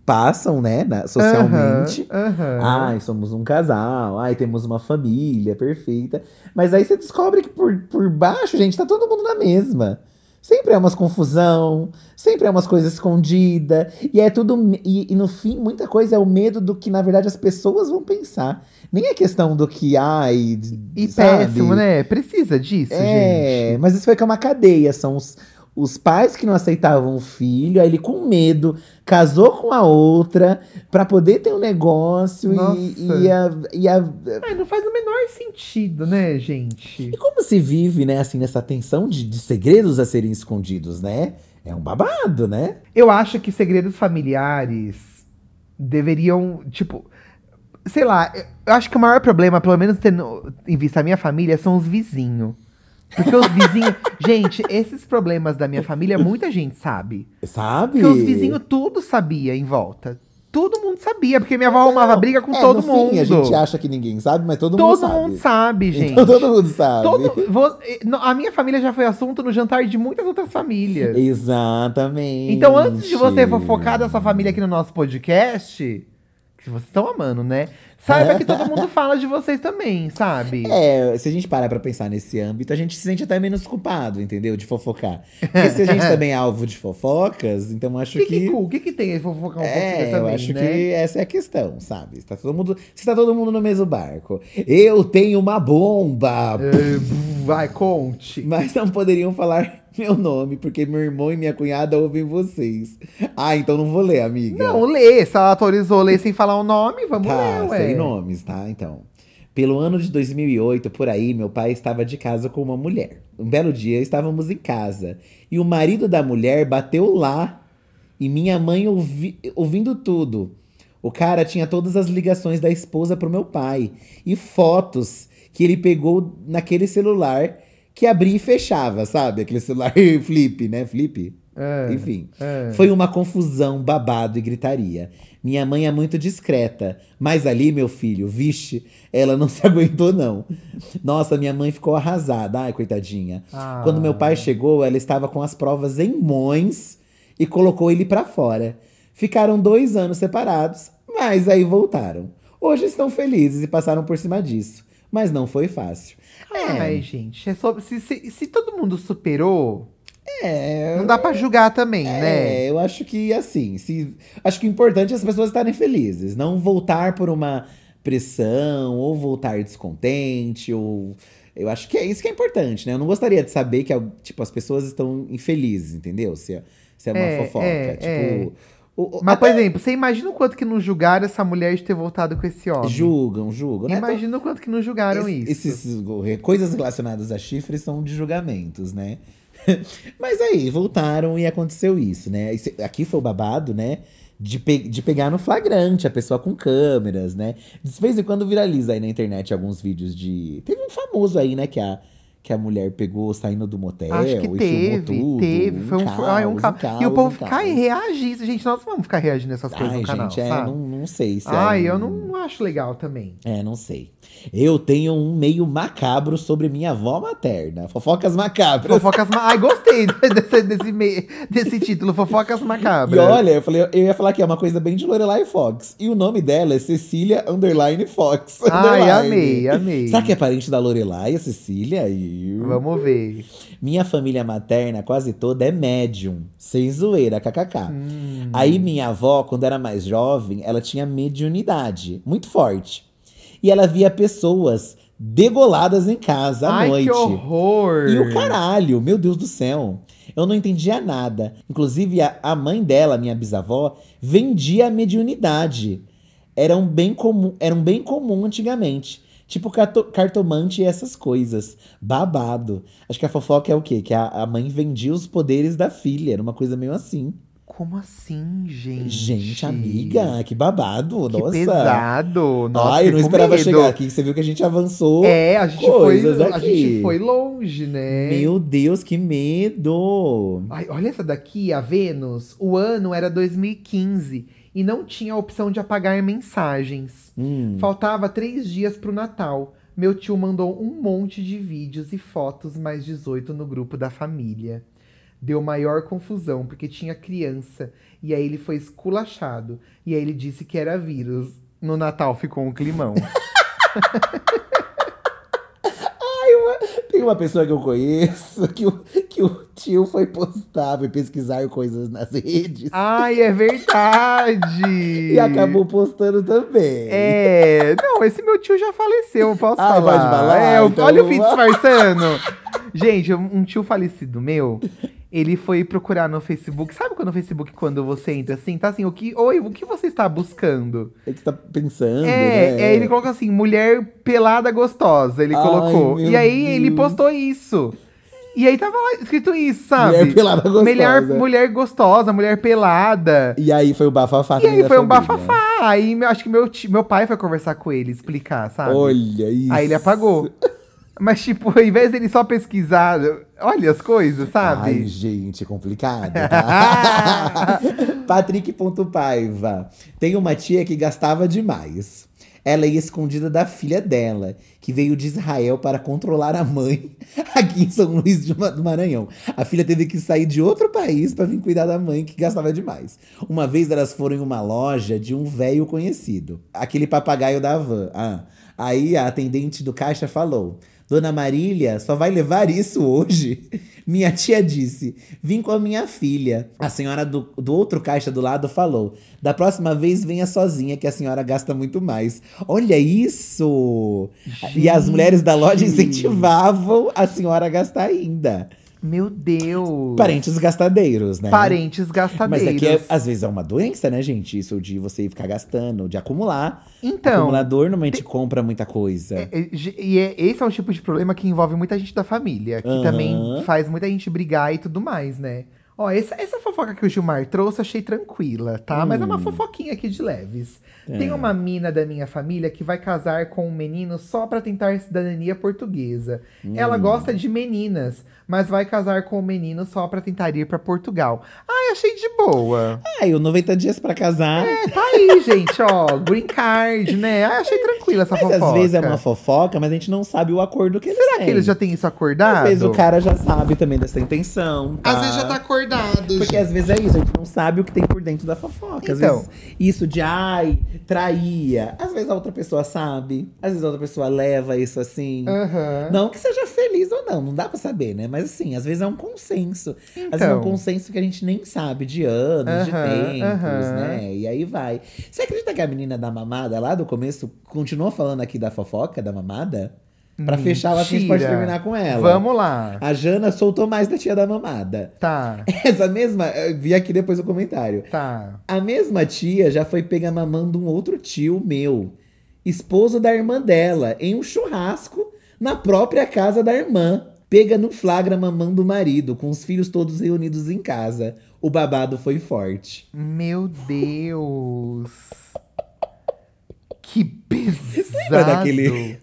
Speaker 2: passam, né, na- socialmente.
Speaker 1: Aham, aham.
Speaker 2: Ai, somos um casal, ai, temos uma família perfeita. Mas aí você descobre que por, por baixo, gente, tá todo mundo na mesma. Sempre é umas confusão, sempre é umas coisas escondidas. E é tudo. me- E, e no fim, muita coisa é o medo do que, na verdade, as pessoas vão pensar. Nem é questão do que, ai.
Speaker 1: E
Speaker 2: sabe?
Speaker 1: péssimo, né? Precisa disso,
Speaker 2: É,
Speaker 1: gente.
Speaker 2: mas isso foi que é uma cadeia. São os, os pais que não aceitavam o filho, aí ele com medo casou com a outra pra poder ter um negócio e,
Speaker 1: Nossa.
Speaker 2: e a, e a-
Speaker 1: Ai, não faz o menor sentido, né, gente?
Speaker 2: e como se vive, né, assim, nessa tensão de, de segredos a serem escondidos, né? É um babado, né?
Speaker 1: Eu acho que segredos familiares deveriam, tipo, sei lá, eu acho que o maior problema, pelo menos tendo em vista a minha família, são os vizinhos. Porque os
Speaker 2: (laughs)
Speaker 1: vizinhos. gente, esses problemas da minha família, muita gente sabe.
Speaker 2: Sabe?
Speaker 1: Porque os vizinhos tudo sabia em volta. Todo mundo sabia, porque minha avó arrumava briga com
Speaker 2: É,
Speaker 1: todo
Speaker 2: no
Speaker 1: mundo.
Speaker 2: Fim, a gente acha que ninguém sabe, mas todo, mundo
Speaker 1: todo
Speaker 2: sabe.
Speaker 1: mundo sabe, gente.
Speaker 2: (laughs) Então, todo mundo sabe.
Speaker 1: Todo- vo- eh, no- a minha família já foi assunto no jantar de muitas outras famílias.
Speaker 2: Exatamente.
Speaker 1: Então, antes de você fofocar da sua família aqui no nosso podcast, que vocês estão amando, né? Saiba que todo
Speaker 2: (laughs)
Speaker 1: mundo fala de vocês também, sabe? (laughs)
Speaker 2: É, se a gente parar pra pensar nesse âmbito, a gente se sente até menos culpado, entendeu? De fofocar. Porque se
Speaker 1: (laughs)
Speaker 2: a gente também é alvo de fofocas, então acho
Speaker 1: que,
Speaker 2: que.
Speaker 1: que, cu- que que tem aí fofocar um pouquinho
Speaker 2: é, eu
Speaker 1: também,
Speaker 2: acho
Speaker 1: né?
Speaker 2: que essa é a questão, sabe? Tá todo mundo, se tá todo mundo no mesmo barco. Eu tenho uma bomba!
Speaker 1: Eh, (laughs) vai, conte.
Speaker 2: Mas não poderiam falar (laughs) meu nome, porque meu irmão e minha cunhada ouvem vocês. Ah, então não vou ler, amiga.
Speaker 1: Não, lê. Se ela autorizou ler sem falar o nome, vamos
Speaker 2: Tá,
Speaker 1: ler, ué.
Speaker 2: sem nomes, tá? Então. Pelo ano de 2008, por aí, meu pai estava de casa com uma mulher. Um belo dia, estávamos em casa. E o marido da mulher bateu lá. E minha mãe ouvi- ouvindo tudo. O cara tinha todas as ligações da esposa pro meu pai. E fotos que ele pegou naquele celular que abria e fechava, sabe? Aquele celular (laughs) flip, né? Flip.
Speaker 1: É,
Speaker 2: Enfim.
Speaker 1: é.
Speaker 2: Foi uma confusão, babado e gritaria. Minha mãe é muito discreta, mas ali, meu filho, vixe, ela não (laughs) se aguentou, não. Nossa, minha mãe ficou arrasada. Ai, coitadinha.
Speaker 1: Ah.
Speaker 2: Quando meu pai chegou, ela estava com as provas em mões e colocou ele pra fora. Ficaram dois anos separados, mas aí voltaram. Hoje estão felizes e passaram por cima disso. Mas não foi fácil.
Speaker 1: Ai, gente, é sobre- se, se- se todo mundo superou,
Speaker 2: É,
Speaker 1: não dá pra julgar também, né?
Speaker 2: É, eu acho que assim, se, acho que o importante é as pessoas estarem felizes, não voltar por uma pressão ou voltar descontente ou eu acho que é isso que é importante, né? Eu não gostaria de saber que al- tipo as pessoas estão infelizes, entendeu? Se é, se é uma
Speaker 1: É,
Speaker 2: fofoca,
Speaker 1: é,
Speaker 2: tipo,
Speaker 1: é.
Speaker 2: o- o-
Speaker 1: Mas, por
Speaker 2: até
Speaker 1: exemplo, você imagina o quanto que não julgaram essa mulher de ter voltado com esse homem?
Speaker 2: julgam, julgam, né? Então,
Speaker 1: Imagina o quanto que não julgaram
Speaker 2: Esse-
Speaker 1: isso.
Speaker 2: Esses go- coisas relacionadas a chifres são de julgamentos, né? (laughs) Mas aí, voltaram e aconteceu isso, né? Esse- aqui foi o babado, né? De, pe- de pegar no flagrante a pessoa com câmeras, né? De vez em quando viraliza aí na internet alguns vídeos de. Teve um famoso aí, né? Que a, que a mulher pegou saindo do motel
Speaker 1: Acho que
Speaker 2: e
Speaker 1: teve,
Speaker 2: filmou tudo.
Speaker 1: teve. Foi um,
Speaker 2: caos,
Speaker 1: ah, é um caos. E o povo
Speaker 2: um
Speaker 1: ficar
Speaker 2: caos.
Speaker 1: e reagir. Gente, nós não vamos ficar reagindo a essas
Speaker 2: Ai,
Speaker 1: coisas no
Speaker 2: gente,
Speaker 1: canal,
Speaker 2: é,
Speaker 1: sabe?
Speaker 2: não, não sei se é
Speaker 1: Ai,
Speaker 2: um-
Speaker 1: eu não, não acho legal também.
Speaker 2: é, não sei. Eu tenho um meio macabro sobre minha avó materna. Fofocas macabras.
Speaker 1: Fofocas ma... Ai, gostei (laughs) desse, desse, me- desse título, Fofocas
Speaker 2: E
Speaker 1: Macabras.
Speaker 2: olha, eu falei, eu ia falar que é uma coisa bem de Lorelai Fox. E o nome dela é Cecília Underline Fox.
Speaker 1: Ai,
Speaker 2: underline.
Speaker 1: amei, amei.
Speaker 2: Será que é parente da Lorelai, a Cecília? E...
Speaker 1: Vamos ver.
Speaker 2: Minha família materna quase toda é médium. Sem zoeira, kkk.
Speaker 1: Hum.
Speaker 2: Aí minha avó, quando era mais jovem, ela tinha mediunidade muito forte. E ela via pessoas degoladas em casa à
Speaker 1: Ai,
Speaker 2: noite.
Speaker 1: que horror.
Speaker 2: E o caralho, meu Deus do céu. Eu não entendia nada. Inclusive, a, a mãe dela, minha bisavó, vendia a mediunidade. Era um bem comum, era um bem comum antigamente. Tipo carto- cartomante e essas coisas. Babado. Acho que a fofoca é o quê? Que a, a mãe vendia os poderes da filha. Era uma coisa meio assim.
Speaker 1: Como assim, gente?
Speaker 2: Gente, amiga, que babado.
Speaker 1: Que
Speaker 2: nossa.
Speaker 1: pesado. Nossa,
Speaker 2: Ai, eu não
Speaker 1: fiquei com
Speaker 2: esperava
Speaker 1: medo.
Speaker 2: chegar aqui. Você viu que a gente avançou.
Speaker 1: É, a gente,
Speaker 2: coisas
Speaker 1: foi, a
Speaker 2: aqui.
Speaker 1: gente foi longe, né?
Speaker 2: Meu Deus, que medo.
Speaker 1: Ai, olha essa daqui, a Vênus. O ano era 2015 e não tinha a opção de apagar mensagens.
Speaker 2: Hum.
Speaker 1: Faltava três dias pro Natal. Meu tio mandou um monte de vídeos e fotos mais 18 no grupo da família. Deu maior confusão, porque tinha criança. E aí ele foi esculachado. E aí ele disse que era vírus. No Natal ficou um climão.
Speaker 2: Tem uma pessoa que eu conheço (laughs) que o, que o tio foi postar, foi pesquisar coisas nas redes
Speaker 1: Ai, é verdade!
Speaker 2: (laughs) e acabou postando também.
Speaker 1: É, não, esse meu tio já faleceu, eu posso
Speaker 2: Ah,
Speaker 1: falar.
Speaker 2: pode falar?
Speaker 1: É, eu-
Speaker 2: Então
Speaker 1: olha o
Speaker 2: vamos
Speaker 1: Fih
Speaker 2: lá.
Speaker 1: disfarçando. Gente, um um tio falecido meu, ele foi procurar no Facebook. Sabe quando o Facebook, quando você entra assim, tá assim, o que, oi, o que você está buscando?
Speaker 2: É que tá pensando,
Speaker 1: é,
Speaker 2: né?
Speaker 1: é, ele colocou assim, mulher pelada gostosa, ele
Speaker 2: Ai,
Speaker 1: colocou.
Speaker 2: meu
Speaker 1: E aí ele
Speaker 2: Deus.
Speaker 1: postou isso. E aí tava lá escrito isso, sabe?
Speaker 2: Mulher pelada gostosa.
Speaker 1: Melhor- mulher gostosa, mulher pelada.
Speaker 2: E aí foi o bafafá.
Speaker 1: E
Speaker 2: também
Speaker 1: aí
Speaker 2: da
Speaker 1: foi um
Speaker 2: família.
Speaker 1: bafafá. Aí meu- acho que meu, ti- meu pai foi conversar com ele, explicar, sabe?
Speaker 2: Olha isso.
Speaker 1: (laughs) Aí ele apagou. Mas, tipo, ao invés dele só pesquisar, Olha as coisas, sabe?
Speaker 2: Ai, gente, é complicado.
Speaker 1: (laughs)
Speaker 2: Tá? Patrick.paiva. Tem uma tia que gastava demais. Ela ia escondida da filha dela, que veio de Israel para controlar a mãe (laughs) aqui em São Luís de Ma- do Maranhão. A filha teve que sair de outro país para vir cuidar da mãe, que gastava demais. Uma vez elas foram em uma loja de um velho conhecido, aquele papagaio da van. Ah, aí a atendente do caixa falou: Dona Marília, só vai levar isso hoje? (laughs) Minha tia disse: Vim com a minha filha. A senhora do, do outro caixa do lado falou: Da próxima vez venha sozinha, que a senhora gasta muito mais. Olha isso! E as mulheres da loja incentivavam a senhora a gastar ainda.
Speaker 1: Meu Deus.
Speaker 2: Parentes gastadeiros, né?
Speaker 1: Parentes gastadeiros.
Speaker 2: Mas aqui, é, às vezes, é uma doença, né, gente? Isso de você ficar gastando, de acumular.
Speaker 1: Então,
Speaker 2: Acumulador normalmente compra muita coisa.
Speaker 1: é- é- e é- esse é um tipo de problema que envolve muita gente da família. Que
Speaker 2: Aham.
Speaker 1: também faz muita gente brigar e tudo mais, né? Ó, essa, essa fofoca que o Gilmar trouxe, eu achei tranquila, tá? Mas é uma
Speaker 2: Hum.
Speaker 1: fofoquinha aqui de leves.
Speaker 2: É.
Speaker 1: Tem uma mina da minha família que vai casar com um menino só pra tentar cidadania portuguesa.
Speaker 2: Hum.
Speaker 1: Ela gosta de meninas, mas vai casar com um menino só pra tentar ir pra Portugal. Ai, achei de
Speaker 2: (laughs)
Speaker 1: boa.
Speaker 2: Ah, eu 90 dias pra casar.
Speaker 1: É, tá aí, gente, ó. Green card, né? Ai, achei tranquila essa
Speaker 2: Mas
Speaker 1: fofoca.
Speaker 2: às vezes é uma fofoca, mas a gente não sabe o acordo que eles
Speaker 1: Será
Speaker 2: têm.
Speaker 1: que eles já têm isso acordado?
Speaker 2: Às vezes o cara já sabe também dessa intenção. tá?
Speaker 1: acordado,
Speaker 2: Porque às vezes é isso, a gente não sabe o que tem por dentro da fofoca. Às
Speaker 1: Então.
Speaker 2: vezes isso de ai, traía. Às vezes a outra pessoa sabe, às vezes a outra pessoa leva isso assim.
Speaker 1: Aham.
Speaker 2: Não que seja feliz ou não, não dá pra saber, né? Mas assim, às vezes é um consenso. Às vezes é um
Speaker 1: Então,
Speaker 2: consenso que a gente nem sabe de anos, de
Speaker 1: Aham,
Speaker 2: tempos,
Speaker 1: aham.
Speaker 2: né? E aí vai. Você acredita que a menina da mamada lá do começo continuou falando aqui da fofoca, da mamada? Pra fechar, ela assim, a gente pode
Speaker 1: Mentira.
Speaker 2: terminar com ela.
Speaker 1: hum, vamos lá.
Speaker 2: A Jana soltou mais da tia da mamada.
Speaker 1: Tá,
Speaker 2: Essa mesma, eu vi aqui depois o comentário.
Speaker 1: tá.
Speaker 2: A mesma tia já foi pega mamando um outro tio meu, esposo da irmã dela, em um churrasco na própria casa da irmã. Pega no flagra mamando o marido, com os filhos todos reunidos em casa. O babado foi forte.
Speaker 1: Meu Deus. Que pesado.
Speaker 2: Lembra daquele-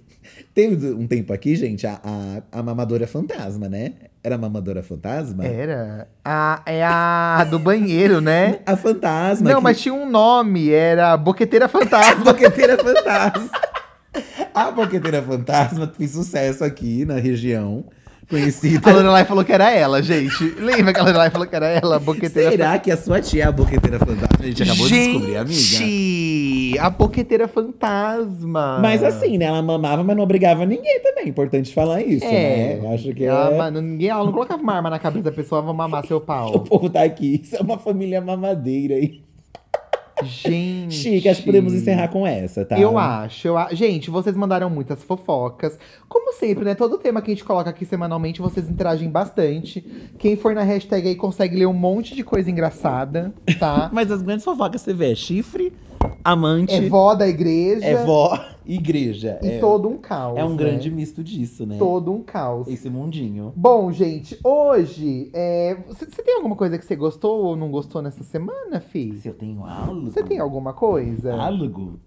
Speaker 2: Teve um tempo aqui, gente, a, a, a mamadora fantasma, né? Era a mamadora fantasma?
Speaker 1: É. Era? A, é a do banheiro,
Speaker 2: (laughs)
Speaker 1: né?
Speaker 2: A fantasma.
Speaker 1: Não,
Speaker 2: que-
Speaker 1: mas tinha um nome. Era Boqueteira
Speaker 2: A
Speaker 1: Fantasma.
Speaker 2: Boqueteira Fantasma. A Boqueteira Fantasma fez sucesso aqui na região. (laughs)
Speaker 1: A
Speaker 2: Conhecida.
Speaker 1: Lorelai falou que era ela, gente. Lembra que a Lorelai falou que era ela, a Boqueteira
Speaker 2: Será que a sua tia é a Boqueteira Fantasma? A gente acabou de descobrir, amiga.
Speaker 1: Gente, a boqueteira fantasma.
Speaker 2: Mas assim, né? Ela mamava, mas não obrigava ninguém também. Importante falar isso,
Speaker 1: É.
Speaker 2: né? Acho que
Speaker 1: Ela,
Speaker 2: é-
Speaker 1: mano, ninguém, ela não colocava uma arma na cabeça da pessoa, vou mamar seu
Speaker 2: o (laughs)
Speaker 1: pau.
Speaker 2: povo tá aqui. Isso é uma família mamadeira aí.
Speaker 1: Gente.
Speaker 2: Chique, acho que podemos encerrar com essa, tá?
Speaker 1: Eu acho, eu a... Gente, vocês mandaram muitas fofocas. Como sempre, né? Todo tema que a gente coloca aqui semanalmente, vocês interagem bastante. Quem for na hashtag aí consegue ler um monte de coisa engraçada,
Speaker 2: (laughs)
Speaker 1: tá?
Speaker 2: Mas as grandes fofocas você vê é chifre, amante,
Speaker 1: é vó da igreja
Speaker 2: é vó, igreja.
Speaker 1: e
Speaker 2: é,
Speaker 1: todo um caos.
Speaker 2: é um
Speaker 1: né?
Speaker 2: grande misto disso, né?
Speaker 1: Todo um caos.
Speaker 2: Esse mundinho.
Speaker 1: Bom, gente, hoje. é, Você tem alguma coisa que você gostou ou não gostou nessa semana, Fih?
Speaker 2: Se eu tenho algo.
Speaker 1: Você tem alguma coisa?
Speaker 2: Diálogo?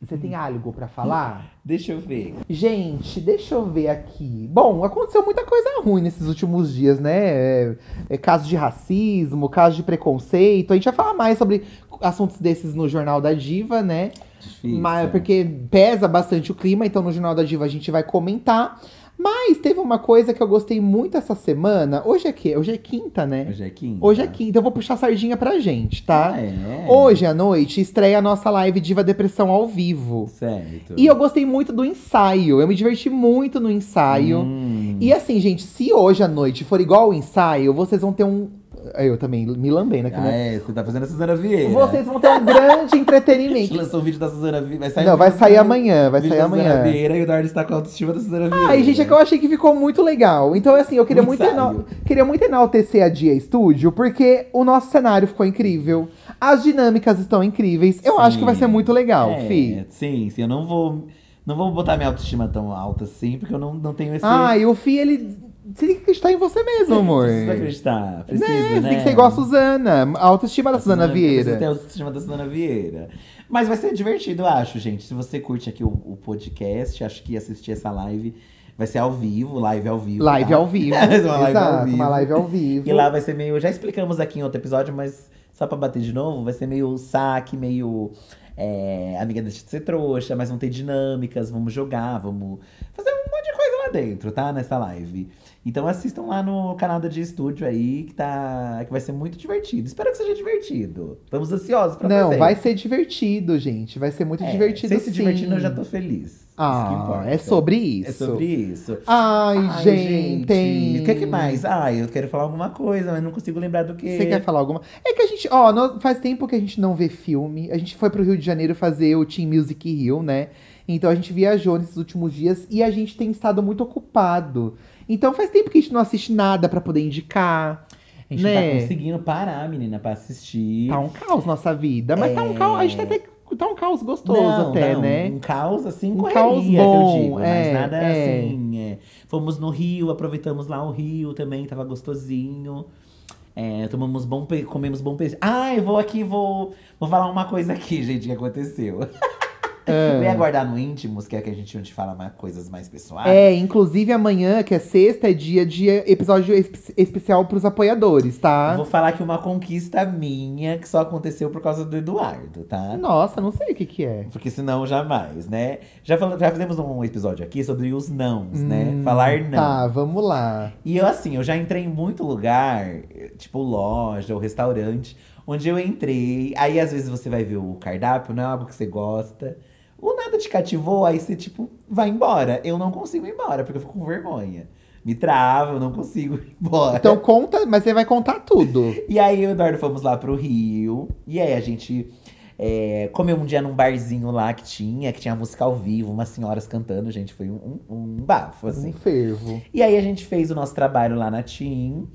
Speaker 1: Você tem algo pra falar?
Speaker 2: Deixa eu ver.
Speaker 1: Gente, deixa eu ver aqui. Bom, aconteceu muita coisa ruim nesses últimos dias, né? É, é caso de racismo, caso de preconceito. A gente vai falar mais sobre assuntos desses no Jornal da Diva, né?
Speaker 2: Difícil.
Speaker 1: Mas, porque pesa bastante o clima, então no Jornal da Diva a gente vai comentar. Mas teve uma coisa que eu gostei muito essa semana. Hoje é que? Hoje é quinta, né?
Speaker 2: Hoje é quinta.
Speaker 1: Hoje é quinta, eu vou puxar a sardinha pra gente, tá?
Speaker 2: Ah, é?
Speaker 1: Hoje à noite estreia a nossa live Diva Depressão ao vivo.
Speaker 2: Certo.
Speaker 1: E eu gostei muito do ensaio, eu me diverti muito no ensaio.
Speaker 2: Hum.
Speaker 1: E assim, gente, se hoje à noite for igual o ensaio, vocês vão ter um. Eu também me lambei naquele.
Speaker 2: Ah, é? Você tá fazendo a Suzana Vieira.
Speaker 1: Vocês vão ter um
Speaker 2: (laughs)
Speaker 1: grande
Speaker 2: A gente
Speaker 1: entretenimento.
Speaker 2: lançou um vídeo da Suzana Vieira. Vai sair
Speaker 1: Não,
Speaker 2: um
Speaker 1: vai
Speaker 2: vídeo
Speaker 1: sair
Speaker 2: da-
Speaker 1: amanhã, vai
Speaker 2: vídeo
Speaker 1: sair
Speaker 2: da Suzana
Speaker 1: amanhã.
Speaker 2: Vieira e o Eduardo está com a autoestima da Suzana Vieira.
Speaker 1: Ai, gente, é que eu achei que ficou muito legal. Então, assim, eu queria
Speaker 2: Muito
Speaker 1: muito, enal-
Speaker 2: sábio.
Speaker 1: queria muito enaltecer a Dia Estúdio, porque o nosso cenário ficou incrível. As dinâmicas estão incríveis. Eu acho que vai
Speaker 2: Sim.
Speaker 1: ser muito legal,
Speaker 2: é,
Speaker 1: fi.
Speaker 2: Sim, sim. Eu não vou. Não vou botar minha autoestima tão alta assim, porque eu não, não tenho esse.
Speaker 1: Ai, o Fi, ele. Você tem que acreditar em você mesmo, amor.
Speaker 2: Preciso acreditar. Preciso,
Speaker 1: né?
Speaker 2: né?
Speaker 1: Tem que ser igual a Suzana. A autoestima da Suzana, Vieira.
Speaker 2: Tem autoestima da Suzana Vieira. Mas vai ser divertido, eu acho, gente. Se você curte aqui o, o podcast, acho que assistir essa live Vai ser ao vivo, live ao vivo.
Speaker 1: Live
Speaker 2: tá?
Speaker 1: ao vivo.
Speaker 2: (laughs) Uma live ao
Speaker 1: Exato,
Speaker 2: vivo.
Speaker 1: uma live ao vivo.
Speaker 2: E lá vai ser meio. Já explicamos aqui em outro episódio, mas só pra bater de novo, vai ser meio saque, meio. é, amiga deixa de ser trouxa, mas vão ter dinâmicas, vamos jogar, vamos fazer um monte de coisa lá dentro, tá? Nessa live. Então assistam lá no canal da Dia Estúdio aí, que tá. que vai ser muito divertido. Espero que seja divertido. Estamos ansiosos pra
Speaker 1: Não,
Speaker 2: vocês.
Speaker 1: vai ser divertido, gente. Vai ser muito
Speaker 2: É,
Speaker 1: divertido
Speaker 2: Vocês se
Speaker 1: sim.
Speaker 2: divertindo, eu já tô feliz. Isso que
Speaker 1: Ah,
Speaker 2: importa.
Speaker 1: é sobre isso.
Speaker 2: É sobre isso.
Speaker 1: Ai,
Speaker 2: Ai,
Speaker 1: gente.
Speaker 2: O que, que mais? Ah, eu quero falar alguma coisa, mas não consigo lembrar do que.
Speaker 1: Você quer falar alguma? É que a gente, ó, no- faz tempo que a gente não vê filme. A gente foi pro Rio de Janeiro fazer o Team Music Rio, né? Então a gente viajou nesses últimos dias e a gente tem estado muito ocupado. Então faz tempo que a gente não assiste nada pra poder indicar.
Speaker 2: A gente
Speaker 1: né?
Speaker 2: tá conseguindo parar, menina, pra assistir.
Speaker 1: Tá um caos nossa vida, mas tá um caos, a gente tá até tá um caos gostoso
Speaker 2: É. Não,
Speaker 1: até,
Speaker 2: não,
Speaker 1: né?
Speaker 2: Um caos, assim,
Speaker 1: Um
Speaker 2: correria,
Speaker 1: caos
Speaker 2: que
Speaker 1: bom,
Speaker 2: eu digo.
Speaker 1: é,
Speaker 2: mas nada
Speaker 1: é.
Speaker 2: assim. é. Fomos no Rio, aproveitamos lá o Rio também, tava gostosinho. É, tomamos bom pe... comemos bom peixe. Ah, eu vou aqui, vou, vou falar uma coisa aqui, gente, que aconteceu.
Speaker 1: É.
Speaker 2: Vem aguardar no íntimos, que é que a gente onde fala mais, coisas mais pessoais.
Speaker 1: É, inclusive amanhã, que é sexta, é dia de episódio espe- especial pros apoiadores,
Speaker 2: Eu
Speaker 1: tá?
Speaker 2: Vou falar que uma conquista minha que só aconteceu por causa do Eduardo, tá?
Speaker 1: Nossa, não sei o que que é.
Speaker 2: Porque senão jamais, né? Já, fala- já fizemos um episódio aqui sobre os nãos, né?
Speaker 1: Hum,
Speaker 2: Falar não.
Speaker 1: Tá, vamos lá.
Speaker 2: E eu, assim, eu já entrei em muito lugar, tipo loja ou restaurante, onde eu entrei. Aí às vezes você vai ver o cardápio, não é algo que você gosta. Ou nada te cativou, aí você, tipo, vai embora. Eu não consigo ir embora, porque eu fico com vergonha. Me trava, eu não consigo ir embora.
Speaker 1: Então conta, mas você vai contar
Speaker 2: (laughs)
Speaker 1: tudo.
Speaker 2: E aí eu e o Eduardo fomos lá pro Rio. E aí a gente é, comeu um dia num barzinho lá que tinha, que tinha música ao vivo, umas senhoras cantando, gente. Foi um, um, um bafo, assim.
Speaker 1: Um fervo.
Speaker 2: E aí a gente fez o nosso trabalho lá na TIM.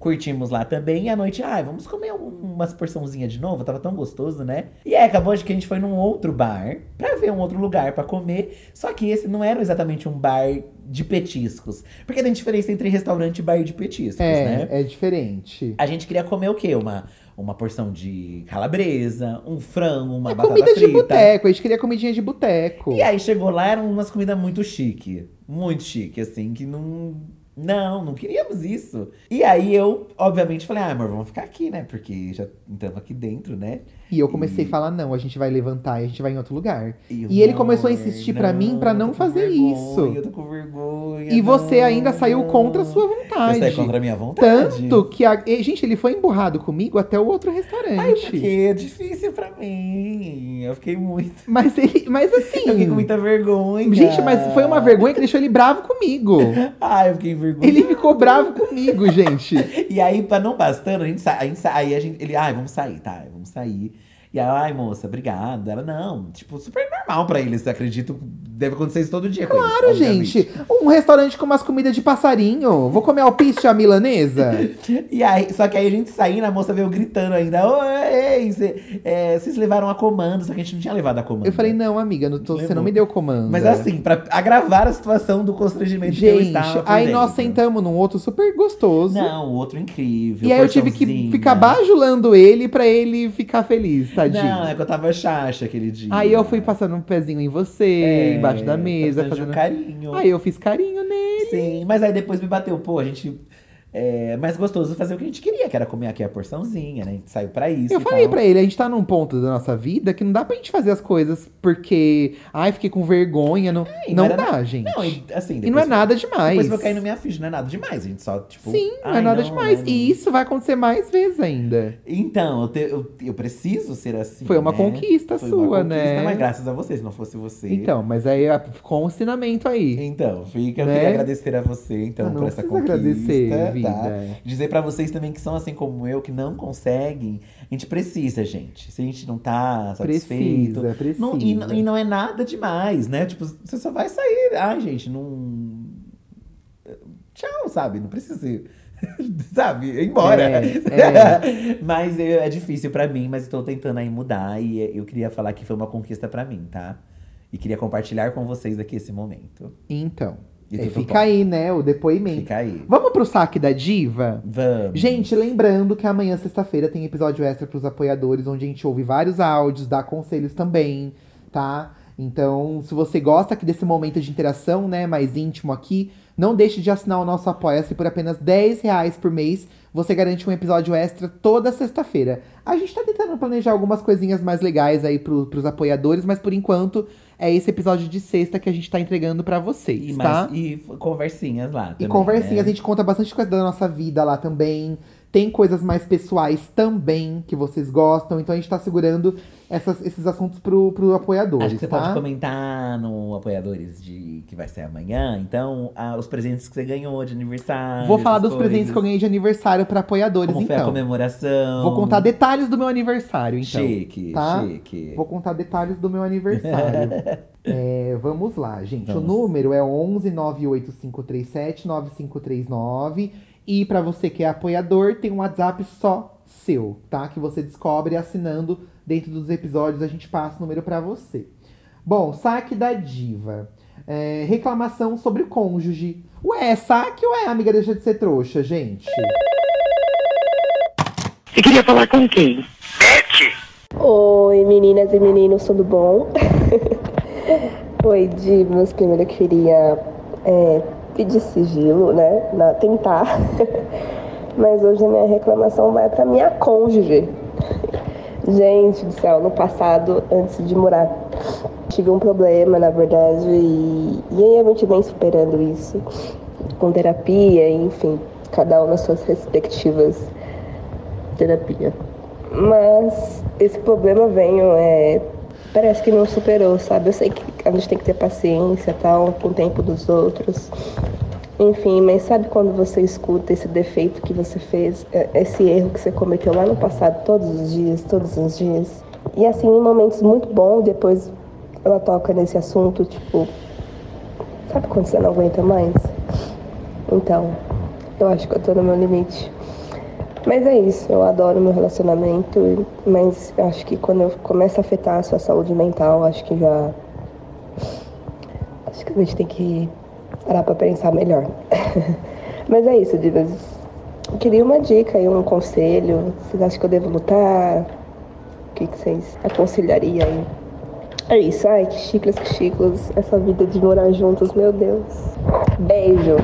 Speaker 2: Curtimos lá também. E à noite, ai, vamos comer um- umas porçãozinhas de novo. Tava tão gostoso, né? E aí acabou de que a gente foi num outro bar pra ver um outro lugar pra comer. Só que esse não era exatamente um bar de petiscos. Porque tem diferença entre restaurante e bar de petiscos, né?
Speaker 1: É, é diferente.
Speaker 2: A gente queria comer o quê? Uma, uma porção de calabresa, um frango, uma batata
Speaker 1: É Comida de
Speaker 2: frita.
Speaker 1: boteco, a gente queria comidinha de boteco.
Speaker 2: E aí chegou lá, eram umas comidas muito chique. Muito chique, assim, que não. Não, não queríamos isso. E aí eu, obviamente, falei, ah, amor, vamos ficar aqui, né? Porque já estamos aqui dentro, né?
Speaker 1: E eu comecei
Speaker 2: E-
Speaker 1: a falar: não, a gente vai levantar e a gente vai em outro lugar.
Speaker 2: eu,
Speaker 1: E ele
Speaker 2: "Não,
Speaker 1: começou a
Speaker 2: amor,
Speaker 1: insistir pra mim pra
Speaker 2: eu
Speaker 1: não
Speaker 2: tô com
Speaker 1: fazer
Speaker 2: vergonha,
Speaker 1: isso."
Speaker 2: Eu tô com vergonha.
Speaker 1: E você
Speaker 2: não,
Speaker 1: ainda saiu
Speaker 2: não."
Speaker 1: contra a sua
Speaker 2: Eu
Speaker 1: vontade.
Speaker 2: saí contra a minha vontade.
Speaker 1: Tanto que a. e, Gente, ele foi emburrado comigo até o outro
Speaker 2: Ai,
Speaker 1: restaurante.
Speaker 2: porque é difícil pra mim. Eu fiquei muito.
Speaker 1: mas ele. Mas assim.
Speaker 2: Eu fiquei com muita vergonha.
Speaker 1: Gente, mas foi uma vergonha que deixou ele bravo
Speaker 2: (laughs)
Speaker 1: comigo.
Speaker 2: Ai, Ah, eu fiquei vergonha.
Speaker 1: Ele ficou bravo comigo, gente.
Speaker 2: E aí, pra não bastando, a gente sai. A gente sai aí a gente, ele, ai, vamos sair, tá? Vamos sair. E aí, ai, moça, obrigada. Ela, não, tipo, super normal pra eles, acredito. Deve acontecer isso todo dia. Claro,
Speaker 1: Claro, gente. Um restaurante com umas comidas de passarinho. Vou comer alpiste à
Speaker 2: (laughs)
Speaker 1: milanesa?
Speaker 2: E aí, só que aí a gente saindo, a moça veio gritando ainda. Oi, cê- é, vocês levaram a comando, só que a gente não tinha levado a comando.
Speaker 1: Eu falei, não, amiga, não tô-
Speaker 2: Levou.
Speaker 1: você não me deu comando.
Speaker 2: Mas assim, pra agravar a situação do constrangimento que eu
Speaker 1: gente,
Speaker 2: estava. por
Speaker 1: aí
Speaker 2: dentro.
Speaker 1: nós sentamos num outro super gostoso.
Speaker 2: Não, o outro incrível.
Speaker 1: e aí eu tive que
Speaker 2: porçãozinha.
Speaker 1: ficar bajulando ele pra ele ficar feliz, tadinho.
Speaker 2: Não, é que eu tava chacha aquele dia.
Speaker 1: Aí eu fui passando um pezinho em você,
Speaker 2: É,
Speaker 1: embaixo da
Speaker 2: tá
Speaker 1: mesa,
Speaker 2: precisando de
Speaker 1: fazendo.
Speaker 2: um carinho.
Speaker 1: Aí eu fiz carinho nele.
Speaker 2: Sim, mas aí depois me bateu, pô, a gente. É mais gostoso fazer o que a gente queria, que era comer aqui a porçãozinha, né? A gente saiu pra isso.
Speaker 1: Eu
Speaker 2: e
Speaker 1: falei
Speaker 2: tal.
Speaker 1: pra ele, a gente tá num ponto da nossa vida que não dá pra gente fazer as coisas porque, ai, fiquei com vergonha, não,
Speaker 2: É, e
Speaker 1: não
Speaker 2: não era
Speaker 1: dá, gente.
Speaker 2: Não, e, assim.
Speaker 1: e não é nada demais.
Speaker 2: Depois eu caí na minha ficha, não é nada demais. A gente só, tipo.
Speaker 1: Sim, não é
Speaker 2: "Ai,
Speaker 1: nada demais.
Speaker 2: né, não".
Speaker 1: E isso vai acontecer mais vezes ainda.
Speaker 2: Então, eu, te- eu, eu preciso ser assim.
Speaker 1: Foi uma
Speaker 2: né?
Speaker 1: conquista
Speaker 2: Foi
Speaker 1: sua,
Speaker 2: uma conquista,
Speaker 1: né?
Speaker 2: Mas graças a você, se não fosse você.
Speaker 1: Então, mas aí é com o ensinamento aí.
Speaker 2: Então, fica, eu
Speaker 1: Né?
Speaker 2: queria agradecer a você, então,
Speaker 1: Ah, não
Speaker 2: por essa
Speaker 1: precisa
Speaker 2: conquista.
Speaker 1: agradecer,
Speaker 2: tá?
Speaker 1: vida.
Speaker 2: Dizer pra vocês também que são assim como eu, que não conseguem. A gente precisa, gente. Se a gente não tá satisfeito.
Speaker 1: Precisa, precisa.
Speaker 2: Não- e, não- e não é nada demais, né? Tipo, você só vai sair. Ai, gente, não. eh, Tchau, sabe? Não precisa ir. (laughs) sabe? Ir embora.
Speaker 1: É,
Speaker 2: (laughs) mas eu- é difícil pra mim, mas estou tentando aí mudar. E eh, eu queria falar que foi uma conquista pra mim, tá? E queria compartilhar com vocês aqui esse momento.
Speaker 1: Então,
Speaker 2: E
Speaker 1: é,
Speaker 2: tudo
Speaker 1: fica
Speaker 2: bom.
Speaker 1: aí, né, o depoimento.
Speaker 2: Fica aí.
Speaker 1: Vamos pro saque da diva?
Speaker 2: Vamos.
Speaker 1: Gente, lembrando que amanhã, sexta-feira, tem episódio extra pros apoiadores, onde a gente ouve vários áudios, dá conselhos também, tá? Então, se você gosta aqui desse momento de interação, né, mais íntimo aqui, não deixe de assinar o nosso Apoia-se por apenas 10 reais por mês. Você garante um episódio extra toda sexta-feira. A gente tá tentando planejar algumas coisinhas mais legais aí pro, pros apoiadores, mas por enquanto é esse episódio de sexta que a gente tá entregando pra vocês,
Speaker 2: E,
Speaker 1: tá?
Speaker 2: mais- e conversinhas lá
Speaker 1: E
Speaker 2: também,
Speaker 1: conversinhas, a
Speaker 2: né?
Speaker 1: gente conta bastante coisa da nossa vida lá também. Tem coisas mais pessoais também que vocês gostam. Então a gente tá segurando essas- esses assuntos pro, pro apoiadores,
Speaker 2: Acho que você
Speaker 1: tá?
Speaker 2: pode comentar no Apoiadores de que vai ser amanhã. Então, ah, os presentes que você ganhou de aniversário.
Speaker 1: Vou falar
Speaker 2: as
Speaker 1: dos presentes
Speaker 2: coisas,
Speaker 1: que eu ganhei de aniversário pra apoiadores,
Speaker 2: Como foi a
Speaker 1: então.
Speaker 2: comemoração.
Speaker 1: Vou contar detalhes do meu aniversário, então.
Speaker 2: Chique,
Speaker 1: tá?
Speaker 2: chique.
Speaker 1: Vou contar detalhes do meu
Speaker 2: (laughs)
Speaker 1: aniversário. É, vamos lá, gente. O
Speaker 2: Vamos.
Speaker 1: número é 11 98537 9539. E pra você que é apoiador, tem um WhatsApp só seu, tá? Que você descobre assinando dentro dos episódios, a gente passa o número pra você. Bom, saque da diva. É, reclamação sobre cônjuge. Ué, é saque ou é amiga deixa de ser trouxa, gente?
Speaker 3: Você queria falar com quem?
Speaker 4: Oi, meninas e meninos, tudo bom? (laughs) Oi, Divas. Primeiro eu queria é, pedir sigilo, né? na- tentar. (laughs) Mas hoje a minha reclamação vai para minha cônjuge. Gente do céu, no passado, antes de morar, tive um problema, na verdade, e, e aí a gente vem superando isso com terapia, enfim, cada um nas suas respectivas terapia. Mas esse problema veio, é, parece que não superou, sabe? Eu sei que a gente tem que ter paciência tal, com o tempo dos outros. Enfim, mas sabe quando você escuta esse defeito que você fez, é, esse erro que você cometeu lá no passado, todos os dias, todos os dias? E assim, em momentos muito bons, depois ela toca nesse assunto, tipo, sabe quando você não aguenta mais? Então, eu acho que eu tô no meu limite. Mas é isso, eu adoro meu relacionamento, mas eu acho que quando eu começo a afetar a sua saúde mental, acho que já. Acho que a gente tem que parar pra pensar melhor. (laughs) mas é isso, Divas. Eu queria uma dica e um conselho. Vocês acham que eu devo lutar? O que, que vocês aconselhariam aí? É isso, ai, que chiclas, que chiclas. Essa vida de morar juntos, meu Deus. Beijo.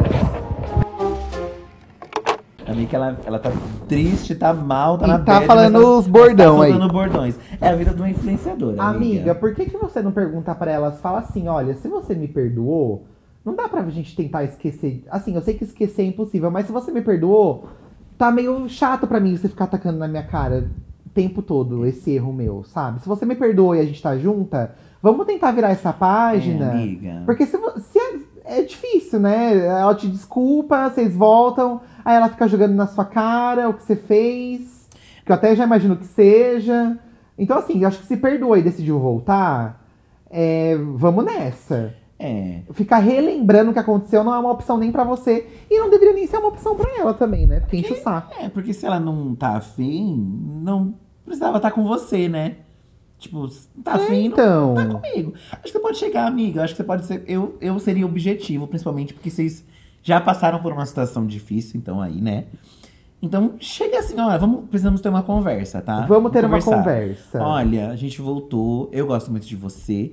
Speaker 2: Amiga, ela, ela tá triste, tá mal, tá
Speaker 1: E
Speaker 2: na
Speaker 1: tá
Speaker 2: bad,
Speaker 1: falando
Speaker 2: mas tá-
Speaker 1: os bordão
Speaker 2: tá
Speaker 1: aí.
Speaker 2: soltando bordões. É a vida de uma influenciadora, amiga.
Speaker 1: Amiga, por que, que você não pergunta pra elas? Fala assim, olha, se você me perdoou, não dá pra gente tentar esquecer. Assim, eu sei que esquecer é impossível, mas se você me perdoou, tá meio chato pra mim você ficar atacando na minha cara o tempo todo esse erro meu, sabe? Se você me perdoou e a gente tá junta, vamos tentar virar essa
Speaker 2: É,
Speaker 1: página.
Speaker 2: amiga.
Speaker 1: Porque se, vo- se é, é difícil, né? Ela te desculpa, vocês voltam, aí ela fica jogando na sua cara o que você fez, que eu até já imagino que seja. Então, assim, eu acho que se perdoa e decidiu voltar, é, vamos nessa.
Speaker 2: É.
Speaker 1: Ficar relembrando o que aconteceu não é uma opção nem pra você. E não deveria nem ser uma opção pra ela também, né? Porque enche o saco.
Speaker 2: É, porque se ela não tá afim, não precisava estar com você, né? Tipo, se não tá afim, não
Speaker 1: Então.
Speaker 2: tá comigo. Acho que você pode chegar, amiga. Acho que você pode ser. Eu, eu seria objetivo, principalmente porque vocês já passaram por uma situação difícil, então aí, né? Então, chega assim, olha, vamos, precisamos ter uma conversa, tá?
Speaker 1: Vamos ter uma
Speaker 2: conversar.
Speaker 1: conversa.
Speaker 2: Olha, a gente voltou, eu gosto muito de você.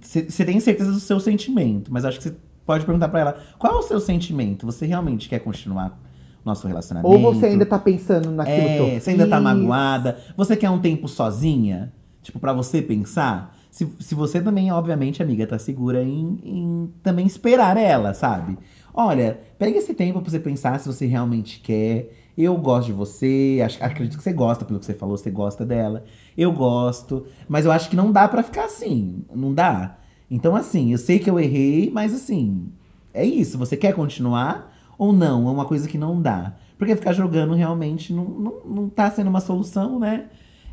Speaker 2: Você tem certeza do seu sentimento, mas acho que você pode perguntar pra ela: qual é o seu sentimento? Você realmente quer continuar o nosso relacionamento?
Speaker 1: Ou você ainda tá pensando naquilo que eu
Speaker 2: É, você ainda tá
Speaker 1: fiz?
Speaker 2: magoada. Você quer um tempo sozinha? Tipo, pra você pensar? Se, se você também, obviamente, amiga, tá segura em, em também esperar ela, sabe? Olha, pega esse tempo pra você pensar se você realmente quer. Eu gosto de você, acho- acredito que você gosta, pelo que você falou, você gosta dela. Eu gosto, mas eu acho que não dá pra ficar assim, não dá. Então, assim, eu sei que eu errei, mas assim, é isso. Você quer continuar ou não? É uma coisa que não dá. Porque ficar jogando realmente não, não, não tá sendo uma solução, né?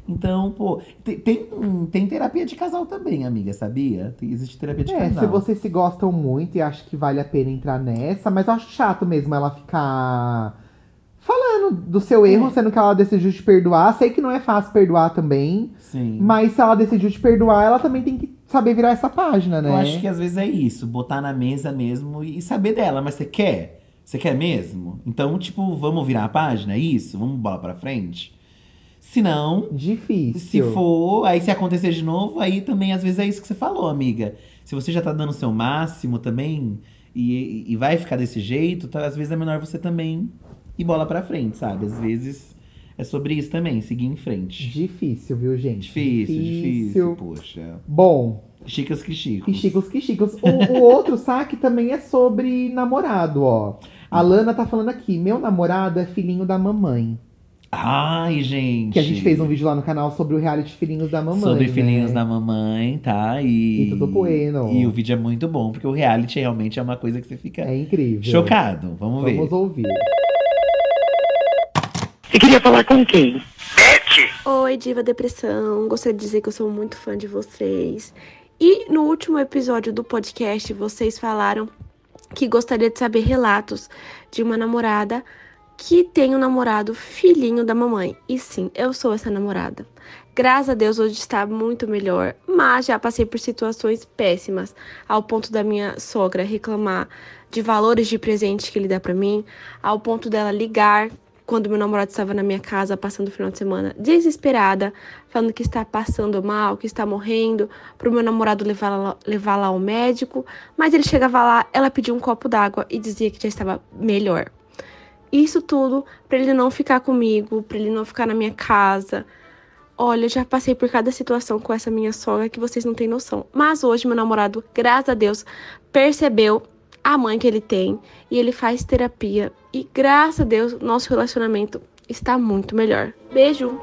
Speaker 2: Então, pô, te- tem, hum, tem terapia de casal também, amiga, sabia? Tem- existe terapia de
Speaker 1: É,
Speaker 2: casal.
Speaker 1: se vocês se gostam muito e acham que vale a pena entrar nessa, mas eu acho chato mesmo ela ficar falando do seu erro,
Speaker 2: É.
Speaker 1: sendo que ela decidiu te perdoar. Sei que não é fácil perdoar também,
Speaker 2: Sim.
Speaker 1: mas se ela decidiu te perdoar, ela também tem que saber virar essa página, né?
Speaker 2: Eu acho que às vezes é isso, botar na mesa mesmo e saber dela, mas você quer? Você quer mesmo? Então, tipo, vamos virar a página? É isso? Vamos bola pra frente? Se não, se
Speaker 1: Difícil.
Speaker 2: for, aí se acontecer de novo, aí também às vezes é isso que você falou, amiga. Se você já tá dando o seu máximo também e, e vai ficar desse jeito, tá, às vezes é melhor você também ir bola pra frente, sabe? Às vezes é sobre isso também, seguir em frente.
Speaker 1: Difícil, viu, gente?
Speaker 2: Difícil, difícil, poxa.
Speaker 1: Bom,
Speaker 2: Chicas que chicos.
Speaker 1: que chicos, que chicos. O,
Speaker 2: (laughs)
Speaker 1: o outro saque também é sobre namorado, ó.
Speaker 2: Hum.
Speaker 1: A Lana tá falando aqui, meu namorado é filhinho da mamãe.
Speaker 2: Ai, gente.
Speaker 1: Que a gente fez um vídeo lá no canal sobre o reality Filhinhos da Mamãe.
Speaker 2: Sobre filhinhos
Speaker 1: né?
Speaker 2: da mamãe, tá? E,
Speaker 1: E tudo bueno.
Speaker 2: E o vídeo é muito bom, porque o reality realmente é uma coisa que você fica
Speaker 1: É incrível.
Speaker 2: chocado. Vamos, ver.
Speaker 1: Vamos ouvir.
Speaker 5: Você queria falar com quem?
Speaker 6: Oi, Diva Depressão. Gostaria de dizer que eu sou muito fã de vocês. E no último episódio do podcast, vocês falaram que gostaria de saber relatos de uma namorada que tem um namorado filhinho da mamãe. E sim, eu sou essa namorada. Graças a Deus hoje está muito melhor, mas já passei por situações péssimas, ao ponto da minha sogra reclamar de valores de presente que ele dá pra mim, ao ponto dela ligar quando meu namorado estava na minha casa passando o final de semana desesperada, falando que está passando mal, que está morrendo, para o meu namorado levá-la levá-la ao médico, mas ele chegava lá, ela pediu um copo d'água e dizia que já estava melhor. Isso tudo para ele não ficar comigo, para ele não ficar na minha casa. Olha, eu já passei por cada situação com essa minha sogra que vocês não têm noção. Mas hoje meu namorado, graças a Deus, percebeu a mãe que ele tem e ele faz terapia. E graças a Deus, nosso relacionamento está muito melhor. Beijo!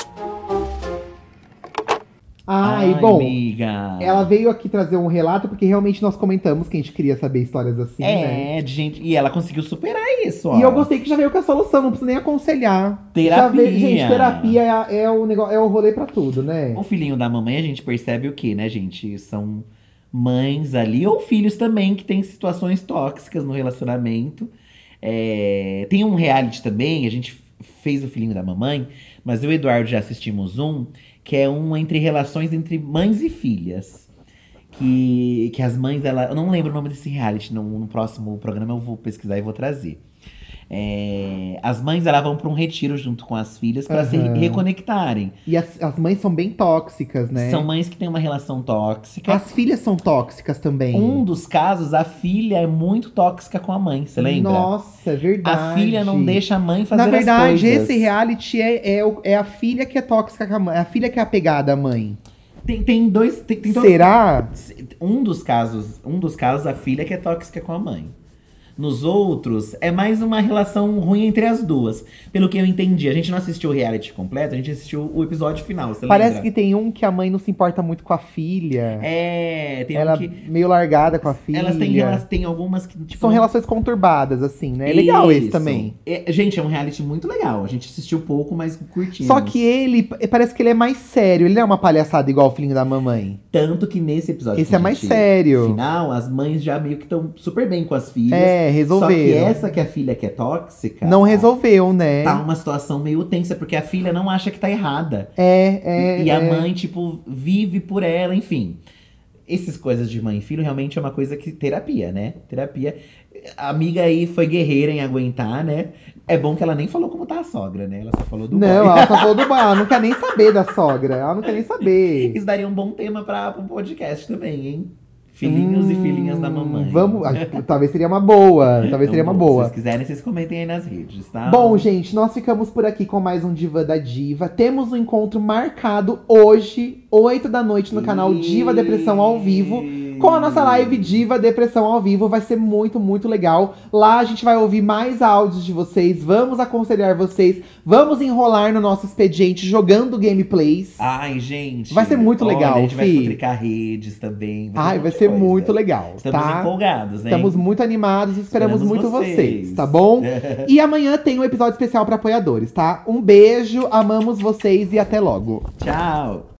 Speaker 1: Ai, bom.
Speaker 2: amiga.
Speaker 1: Ela veio aqui trazer um relato, porque realmente nós comentamos que a gente queria saber histórias assim, né?
Speaker 2: É, de gente. E ela conseguiu superar isso, ó.
Speaker 1: E eu gostei que já veio com a solução, não precisa nem aconselhar. Já
Speaker 2: Terapia.
Speaker 1: veio, gente, terapia é, a- é o negócio, é o rolê pra tudo, né?
Speaker 2: O filhinho da mamãe, a gente percebe o quê, né, gente? São mães ali, ou filhos também, que têm situações tóxicas no relacionamento. É, Tem um reality também, a gente fez o filhinho da mamãe, mas eu e o Eduardo já assistimos um, que é um entre relações entre mães e filhas. Que, que as mães, ela. Eu não lembro o nome desse reality, no, no próximo programa eu vou pesquisar e vou trazer. É, as mães elas vão para um retiro junto com as filhas para se
Speaker 1: Aham.
Speaker 2: reconectarem.
Speaker 1: E as, as mães são bem tóxicas, né? Ah,
Speaker 2: São mães que têm uma relação tóxica.
Speaker 1: As filhas são tóxicas também.
Speaker 2: Um dos casos, a filha é muito tóxica com a mãe, você lembra?
Speaker 1: Nossa, é
Speaker 2: a
Speaker 1: verdade.
Speaker 2: filha não deixa a mãe fazer
Speaker 1: Na
Speaker 2: as
Speaker 1: verdade,
Speaker 2: coisas.
Speaker 1: esse reality é, é, o- é a filha que é tóxica com a mãe. É a filha que é apegada à mãe.
Speaker 2: Tem, tem dois... Tem, tem todo-
Speaker 1: Será?
Speaker 2: Um dos casos, um dos casos, a filha que é tóxica com a mãe. Nos outros, é mais uma relação ruim entre as duas. Pelo que eu entendi, a gente não assistiu o reality completo, a gente assistiu o episódio final, você
Speaker 1: Parece
Speaker 2: lembra?
Speaker 1: que tem um que a mãe não se importa muito com a filha.
Speaker 2: É, tem um
Speaker 1: Ela
Speaker 2: que...
Speaker 1: meio largada com a filha.
Speaker 2: Elas têm, rela- tem algumas que, tipo,
Speaker 1: São
Speaker 2: não-
Speaker 1: relações conturbadas, assim, né? É legal esse
Speaker 2: Isso.
Speaker 1: também.
Speaker 2: É- gente, é um reality muito legal. A gente assistiu um pouco, mas curtimos.
Speaker 1: Só que ele, parece que ele é mais sério. Ele não é uma palhaçada igual o filhinho da mamãe.
Speaker 2: Tanto que nesse episódio
Speaker 1: Esse
Speaker 2: que
Speaker 1: é
Speaker 2: a
Speaker 1: mais
Speaker 2: gente-
Speaker 1: sério.
Speaker 2: final, as mães já meio que estão super bem com as filhas.
Speaker 1: É,
Speaker 2: Só que
Speaker 1: resolveram.
Speaker 2: essa que é a filha que é tóxica.
Speaker 1: Não resolveu, né?
Speaker 2: Tá uma situação meio tensa, porque a filha não acha que tá errada.
Speaker 1: É, é.
Speaker 2: e a
Speaker 1: é.
Speaker 2: mãe, tipo, vive por ela, enfim. Essas coisas de mãe e filho realmente é uma coisa que. Terapia, né? Terapia. A amiga aí foi guerreira em aguentar, né? É bom que ela nem falou como tá a sogra, né? Ela só falou do
Speaker 1: Não,
Speaker 2: boy.
Speaker 1: ela só falou do bar. Ela não quer nem saber da sogra. Ela não quer nem saber.
Speaker 2: (laughs) Isso daria um bom tema pra, pra um podcast também, hein? Filhinhos e
Speaker 1: Hum,
Speaker 2: filhinhas da mamãe. É,
Speaker 1: Vamos. ah, Talvez seria uma boa. Talvez
Speaker 2: Então,
Speaker 1: seria uma
Speaker 2: bom, Se
Speaker 1: boa.
Speaker 2: vocês quiserem, vocês comentem aí nas redes, tá?
Speaker 1: Bom, gente, nós ficamos por aqui com mais um Diva da Diva. Temos um encontro marcado hoje, 8 da noite, no canal Diva Depressão ao vivo. Com a nossa live Diva Depressão ao vivo, vai ser muito, muito legal. Lá a gente vai ouvir mais áudios de vocês, vamos aconselhar vocês, vamos enrolar no nosso expediente jogando gameplays.
Speaker 2: Ai, gente.
Speaker 1: Vai ser muito
Speaker 2: Olha,
Speaker 1: legal,
Speaker 2: A gente vai
Speaker 1: fi.
Speaker 2: publicar redes também. ter
Speaker 1: Ai, vai
Speaker 2: um monte de
Speaker 1: ser
Speaker 2: coisa.
Speaker 1: muito legal,
Speaker 2: Estamos
Speaker 1: tá?
Speaker 2: empolgados, né?
Speaker 1: Estamos muito animados e esperamos, muito vocês. tá (laughs) bom? e amanhã tem um episódio especial para apoiadores, tá? Um beijo, amamos vocês e até logo.
Speaker 2: Tchau.